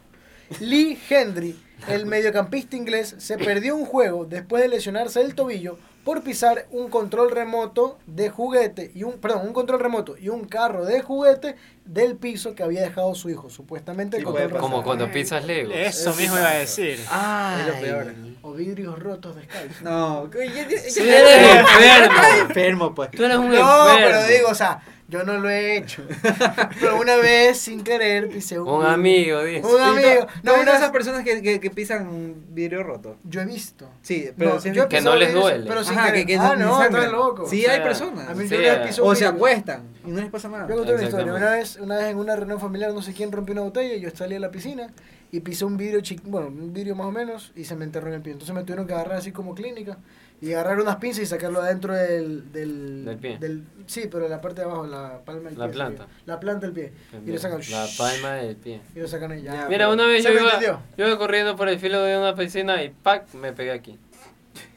[SPEAKER 1] Lee Hendry, el mediocampista inglés, se perdió un juego después de lesionarse el tobillo por pisar un control remoto de juguete y un perdón, un control remoto y un carro de juguete del piso que había dejado su hijo, supuestamente el
[SPEAKER 2] Sí,
[SPEAKER 1] control
[SPEAKER 2] puede
[SPEAKER 1] remoto.
[SPEAKER 3] Como cuando pisas Lego.
[SPEAKER 4] Eso mismo iba a decir.
[SPEAKER 3] Ah,
[SPEAKER 2] Es lo peor.
[SPEAKER 1] o vidrios rotos descalzos.
[SPEAKER 2] No, que- ya- ya-
[SPEAKER 3] Tú
[SPEAKER 2] ya-
[SPEAKER 3] eres
[SPEAKER 2] ya-
[SPEAKER 3] enfermo.
[SPEAKER 2] Ay, enfermo, pues.
[SPEAKER 3] Tú eres un
[SPEAKER 1] No,
[SPEAKER 3] enfermo.
[SPEAKER 1] pero digo, o sea, yo no lo he hecho.
[SPEAKER 3] (laughs)
[SPEAKER 1] Pero una vez, sin querer, pisé un...
[SPEAKER 3] Un amigo, dice.
[SPEAKER 1] Un amigo.
[SPEAKER 2] No,
[SPEAKER 1] No,
[SPEAKER 2] una
[SPEAKER 1] una
[SPEAKER 2] de esas personas que, que, que pisan un vidrio roto.
[SPEAKER 1] Yo he visto.
[SPEAKER 2] Sí, pero
[SPEAKER 1] No,
[SPEAKER 2] sí-
[SPEAKER 1] yo he
[SPEAKER 3] Que
[SPEAKER 1] pisado
[SPEAKER 3] no les
[SPEAKER 1] vidrios,
[SPEAKER 3] duele.
[SPEAKER 1] Pero sin
[SPEAKER 2] Ajá,
[SPEAKER 1] querer.
[SPEAKER 2] que- que
[SPEAKER 1] ah,
[SPEAKER 2] ni
[SPEAKER 1] no,
[SPEAKER 2] sangran.
[SPEAKER 1] estás loco.
[SPEAKER 2] Sí,
[SPEAKER 3] O sea,
[SPEAKER 2] hay personas.
[SPEAKER 1] A mí
[SPEAKER 3] Sí,
[SPEAKER 1] yo una
[SPEAKER 3] eh.
[SPEAKER 1] vez piso
[SPEAKER 2] O
[SPEAKER 1] un
[SPEAKER 2] se
[SPEAKER 1] vidrio.
[SPEAKER 2] acuestan y no les pasa nada.
[SPEAKER 1] Yo conté una historia.
[SPEAKER 3] Exactamente.
[SPEAKER 1] Una vez, una vez en una reunión familiar, no sé quién rompió una botella, y yo salí a la piscina y pisé un vidrio, chi- bueno, un vidrio más o menos, y se me enterró en el pie. Entonces me tuvieron que agarrar así como clínica y agarrar unas pinzas y sacarlo adentro del... Del,
[SPEAKER 3] Del pie.
[SPEAKER 1] sí, pero en la parte de abajo, la palma del
[SPEAKER 3] La
[SPEAKER 1] pie. sería.
[SPEAKER 3] planta.
[SPEAKER 1] La planta del pie. Y lo sacan.
[SPEAKER 3] La palma del pie.
[SPEAKER 1] Y lo sacan ahí. Ya.
[SPEAKER 3] Mira, una vez
[SPEAKER 1] Se
[SPEAKER 3] yo
[SPEAKER 1] me
[SPEAKER 3] iba,
[SPEAKER 1] entendió.
[SPEAKER 3] yo iba corriendo por el filo de una piscina y ¡pac! me pegué aquí.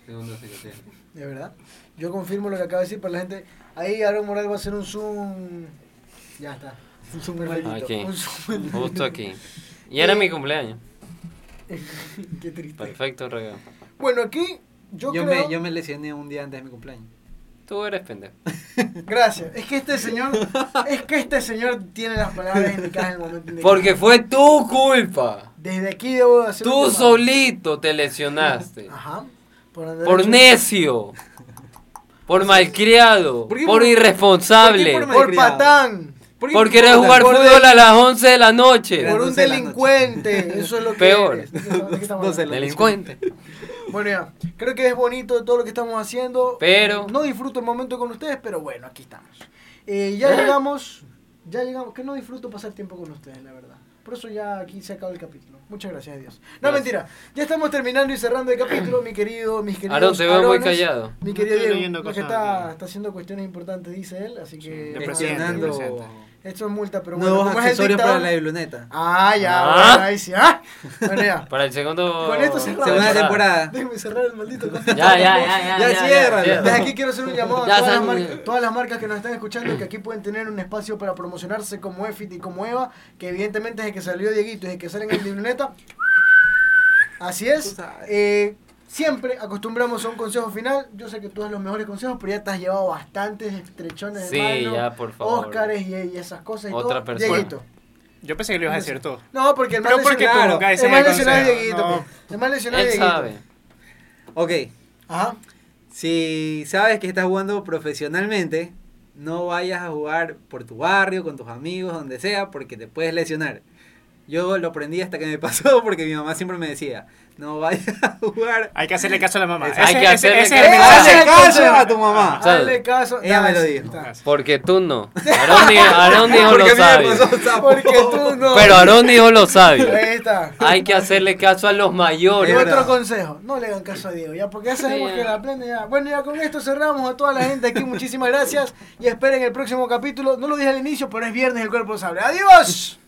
[SPEAKER 3] Segundo secretario.
[SPEAKER 1] De verdad. Yo confirmo lo que acaba de decir para la gente. Ahí Aaron Morales va a hacer un zoom. Ya está. Un zoom perfectito.
[SPEAKER 3] Aquí.
[SPEAKER 1] Un zoom.
[SPEAKER 3] Justo aquí. Y era mi cumpleaños.
[SPEAKER 1] (laughs) Qué triste.
[SPEAKER 3] Perfecto regalo.
[SPEAKER 1] Bueno, aquí yo,
[SPEAKER 2] Yo,
[SPEAKER 1] creo.
[SPEAKER 2] me, yo me lesioné un día antes de mi cumpleaños.
[SPEAKER 3] Tú eres pendejo.
[SPEAKER 1] Gracias. Es que este señor. es que este señor tiene las palabras indicadas en el momento indicado.
[SPEAKER 3] Porque fue tu culpa.
[SPEAKER 1] Desde aquí debo hacer. un
[SPEAKER 3] Tú
[SPEAKER 1] llamado.
[SPEAKER 3] solito te lesionaste.
[SPEAKER 1] Ajá. Por, andar
[SPEAKER 3] Por
[SPEAKER 1] hecho-
[SPEAKER 3] necio. Por malcriado.
[SPEAKER 2] ¿Por qué
[SPEAKER 3] Por
[SPEAKER 2] por-
[SPEAKER 3] irresponsable.
[SPEAKER 2] por qué por mal-
[SPEAKER 1] Por patán.
[SPEAKER 2] ¿Por qué-
[SPEAKER 3] Por querer jugar
[SPEAKER 2] Por-
[SPEAKER 3] fútbol a las 11 de la noche.
[SPEAKER 2] Era
[SPEAKER 1] Por un
[SPEAKER 2] 12 de la noche.
[SPEAKER 1] delincuente. Eso es lo que.
[SPEAKER 3] Peor.
[SPEAKER 1] eres. ¿De qué estamos- de qué
[SPEAKER 2] (laughs)
[SPEAKER 1] estamos
[SPEAKER 2] 12 de la
[SPEAKER 1] hablando?
[SPEAKER 3] Delincuente.
[SPEAKER 1] Bueno, ya, creo que es bonito todo lo que estamos haciendo.
[SPEAKER 3] Pero-
[SPEAKER 1] No disfruto el momento con ustedes, pero bueno, aquí estamos. Eh, ya llegamos, ya llegamos, que no disfruto pasar tiempo con ustedes, la verdad. Por eso ya aquí se acaba el capítulo. Muchas gracias a Dios. No,
[SPEAKER 3] Gracias.
[SPEAKER 1] mentira. Ya estamos terminando y cerrando el capítulo, mi querido, mis queridos.
[SPEAKER 3] Aaron, te veo muy
[SPEAKER 1] Aarones.
[SPEAKER 3] callado.
[SPEAKER 1] Mi
[SPEAKER 4] No
[SPEAKER 1] querido
[SPEAKER 4] estoy
[SPEAKER 1] Diego,
[SPEAKER 4] leyendo
[SPEAKER 1] porque
[SPEAKER 4] cosas
[SPEAKER 1] está,
[SPEAKER 4] que-
[SPEAKER 1] está haciendo cuestiones importantes, dice él, así que...
[SPEAKER 4] de
[SPEAKER 1] bueno,
[SPEAKER 4] presidente, de
[SPEAKER 2] Gestionando
[SPEAKER 4] presidente.
[SPEAKER 1] Esto es multa, pero bueno,
[SPEAKER 2] nuevos
[SPEAKER 1] como es el
[SPEAKER 2] accesorios para
[SPEAKER 1] dictador-
[SPEAKER 2] la biblioneta.
[SPEAKER 1] Ah, ya,
[SPEAKER 3] Ah.
[SPEAKER 1] bueno, ahí sí, ah. Bueno,
[SPEAKER 3] (laughs)
[SPEAKER 1] ya.
[SPEAKER 3] Para el segundo.
[SPEAKER 1] Con esto cerramos.
[SPEAKER 2] Segunda temporada.
[SPEAKER 1] Déjeme cerrar el
[SPEAKER 3] (laughs)
[SPEAKER 1] maldito
[SPEAKER 3] Ya,
[SPEAKER 1] capítulo.
[SPEAKER 3] ya, ya. Ya,
[SPEAKER 2] Ya, ciérralo.
[SPEAKER 1] Desde aquí quiero hacer un llamado a
[SPEAKER 3] Ya
[SPEAKER 1] todas las,
[SPEAKER 3] saben.
[SPEAKER 1] marcas, todas las marcas que nos están escuchando que aquí pueden tener un espacio para promocionarse como EFIT y como EVA, que evidentemente desde que salió Dieguito y desde que salen en Biblioneta. Así
[SPEAKER 2] Tú
[SPEAKER 1] es.
[SPEAKER 2] sabes.
[SPEAKER 1] eh, siempre acostumbramos a un consejo final. Yo sé que tú das los mejores consejos, pero ya te has llevado bastantes estrechones de
[SPEAKER 3] Sí,
[SPEAKER 1] mano.
[SPEAKER 3] ya, por favor.
[SPEAKER 1] Óscares y, y esas cosas y
[SPEAKER 3] Otra
[SPEAKER 1] todo.
[SPEAKER 3] persona.
[SPEAKER 1] Dieguito.
[SPEAKER 4] Yo pensé que lo ibas a decir tú.
[SPEAKER 1] No, porque el más
[SPEAKER 4] Pero porque
[SPEAKER 1] lesionado,
[SPEAKER 4] tú nunca dices
[SPEAKER 1] el más
[SPEAKER 4] el
[SPEAKER 1] lesionado es
[SPEAKER 4] consejo,
[SPEAKER 1] Dieguito.
[SPEAKER 4] no.
[SPEAKER 1] El más lesionado
[SPEAKER 3] Él
[SPEAKER 1] es Dieguito.
[SPEAKER 3] sabe.
[SPEAKER 2] Ok,
[SPEAKER 1] Ajá.
[SPEAKER 2] si sabes que estás jugando profesionalmente, no vayas a jugar por tu barrio, con tus amigos, donde sea, porque te puedes lesionar. Yo lo aprendí hasta que me (laughs) pasó porque mi mamá siempre me decía, no vayas a jugar.
[SPEAKER 4] Hay que hacerle caso a la mamá.
[SPEAKER 2] Hay
[SPEAKER 4] Ese-
[SPEAKER 3] que
[SPEAKER 4] ese-
[SPEAKER 3] hacerle
[SPEAKER 4] ese es
[SPEAKER 3] caso.
[SPEAKER 4] el mensaje.
[SPEAKER 2] ¡Hazle caso
[SPEAKER 1] consejo.
[SPEAKER 2] a tu mamá!
[SPEAKER 3] Salud.
[SPEAKER 1] Hazle caso.
[SPEAKER 2] Ah, Ella me lo
[SPEAKER 1] Dale,
[SPEAKER 2] dijo.
[SPEAKER 1] está.
[SPEAKER 3] Porque
[SPEAKER 2] (laughs)
[SPEAKER 3] tú no. Aarón dijo, Aarón dijo
[SPEAKER 2] Porque a
[SPEAKER 3] lo
[SPEAKER 2] mí me
[SPEAKER 3] sabio.
[SPEAKER 2] pasó, sapo.
[SPEAKER 1] Porque
[SPEAKER 2] (laughs)
[SPEAKER 1] tú no.
[SPEAKER 3] Pero Aarón dijo lo sabio.
[SPEAKER 1] Ahí está.
[SPEAKER 3] Hay que hacerle caso a los
[SPEAKER 1] Y
[SPEAKER 2] Es
[SPEAKER 3] mayores.
[SPEAKER 2] verdad.
[SPEAKER 1] otro consejo, no le hagan caso a Diego, ya, porque ya sabemos
[SPEAKER 3] Sí,
[SPEAKER 1] que
[SPEAKER 3] ya.
[SPEAKER 1] la plena ya. Bueno, ya con esto cerramos a toda la gente aquí, muchísimas gracias y esperen el próximo capítulo. No lo dije al inicio, pero es viernes, el cuerpo sabe. ¡Adiós!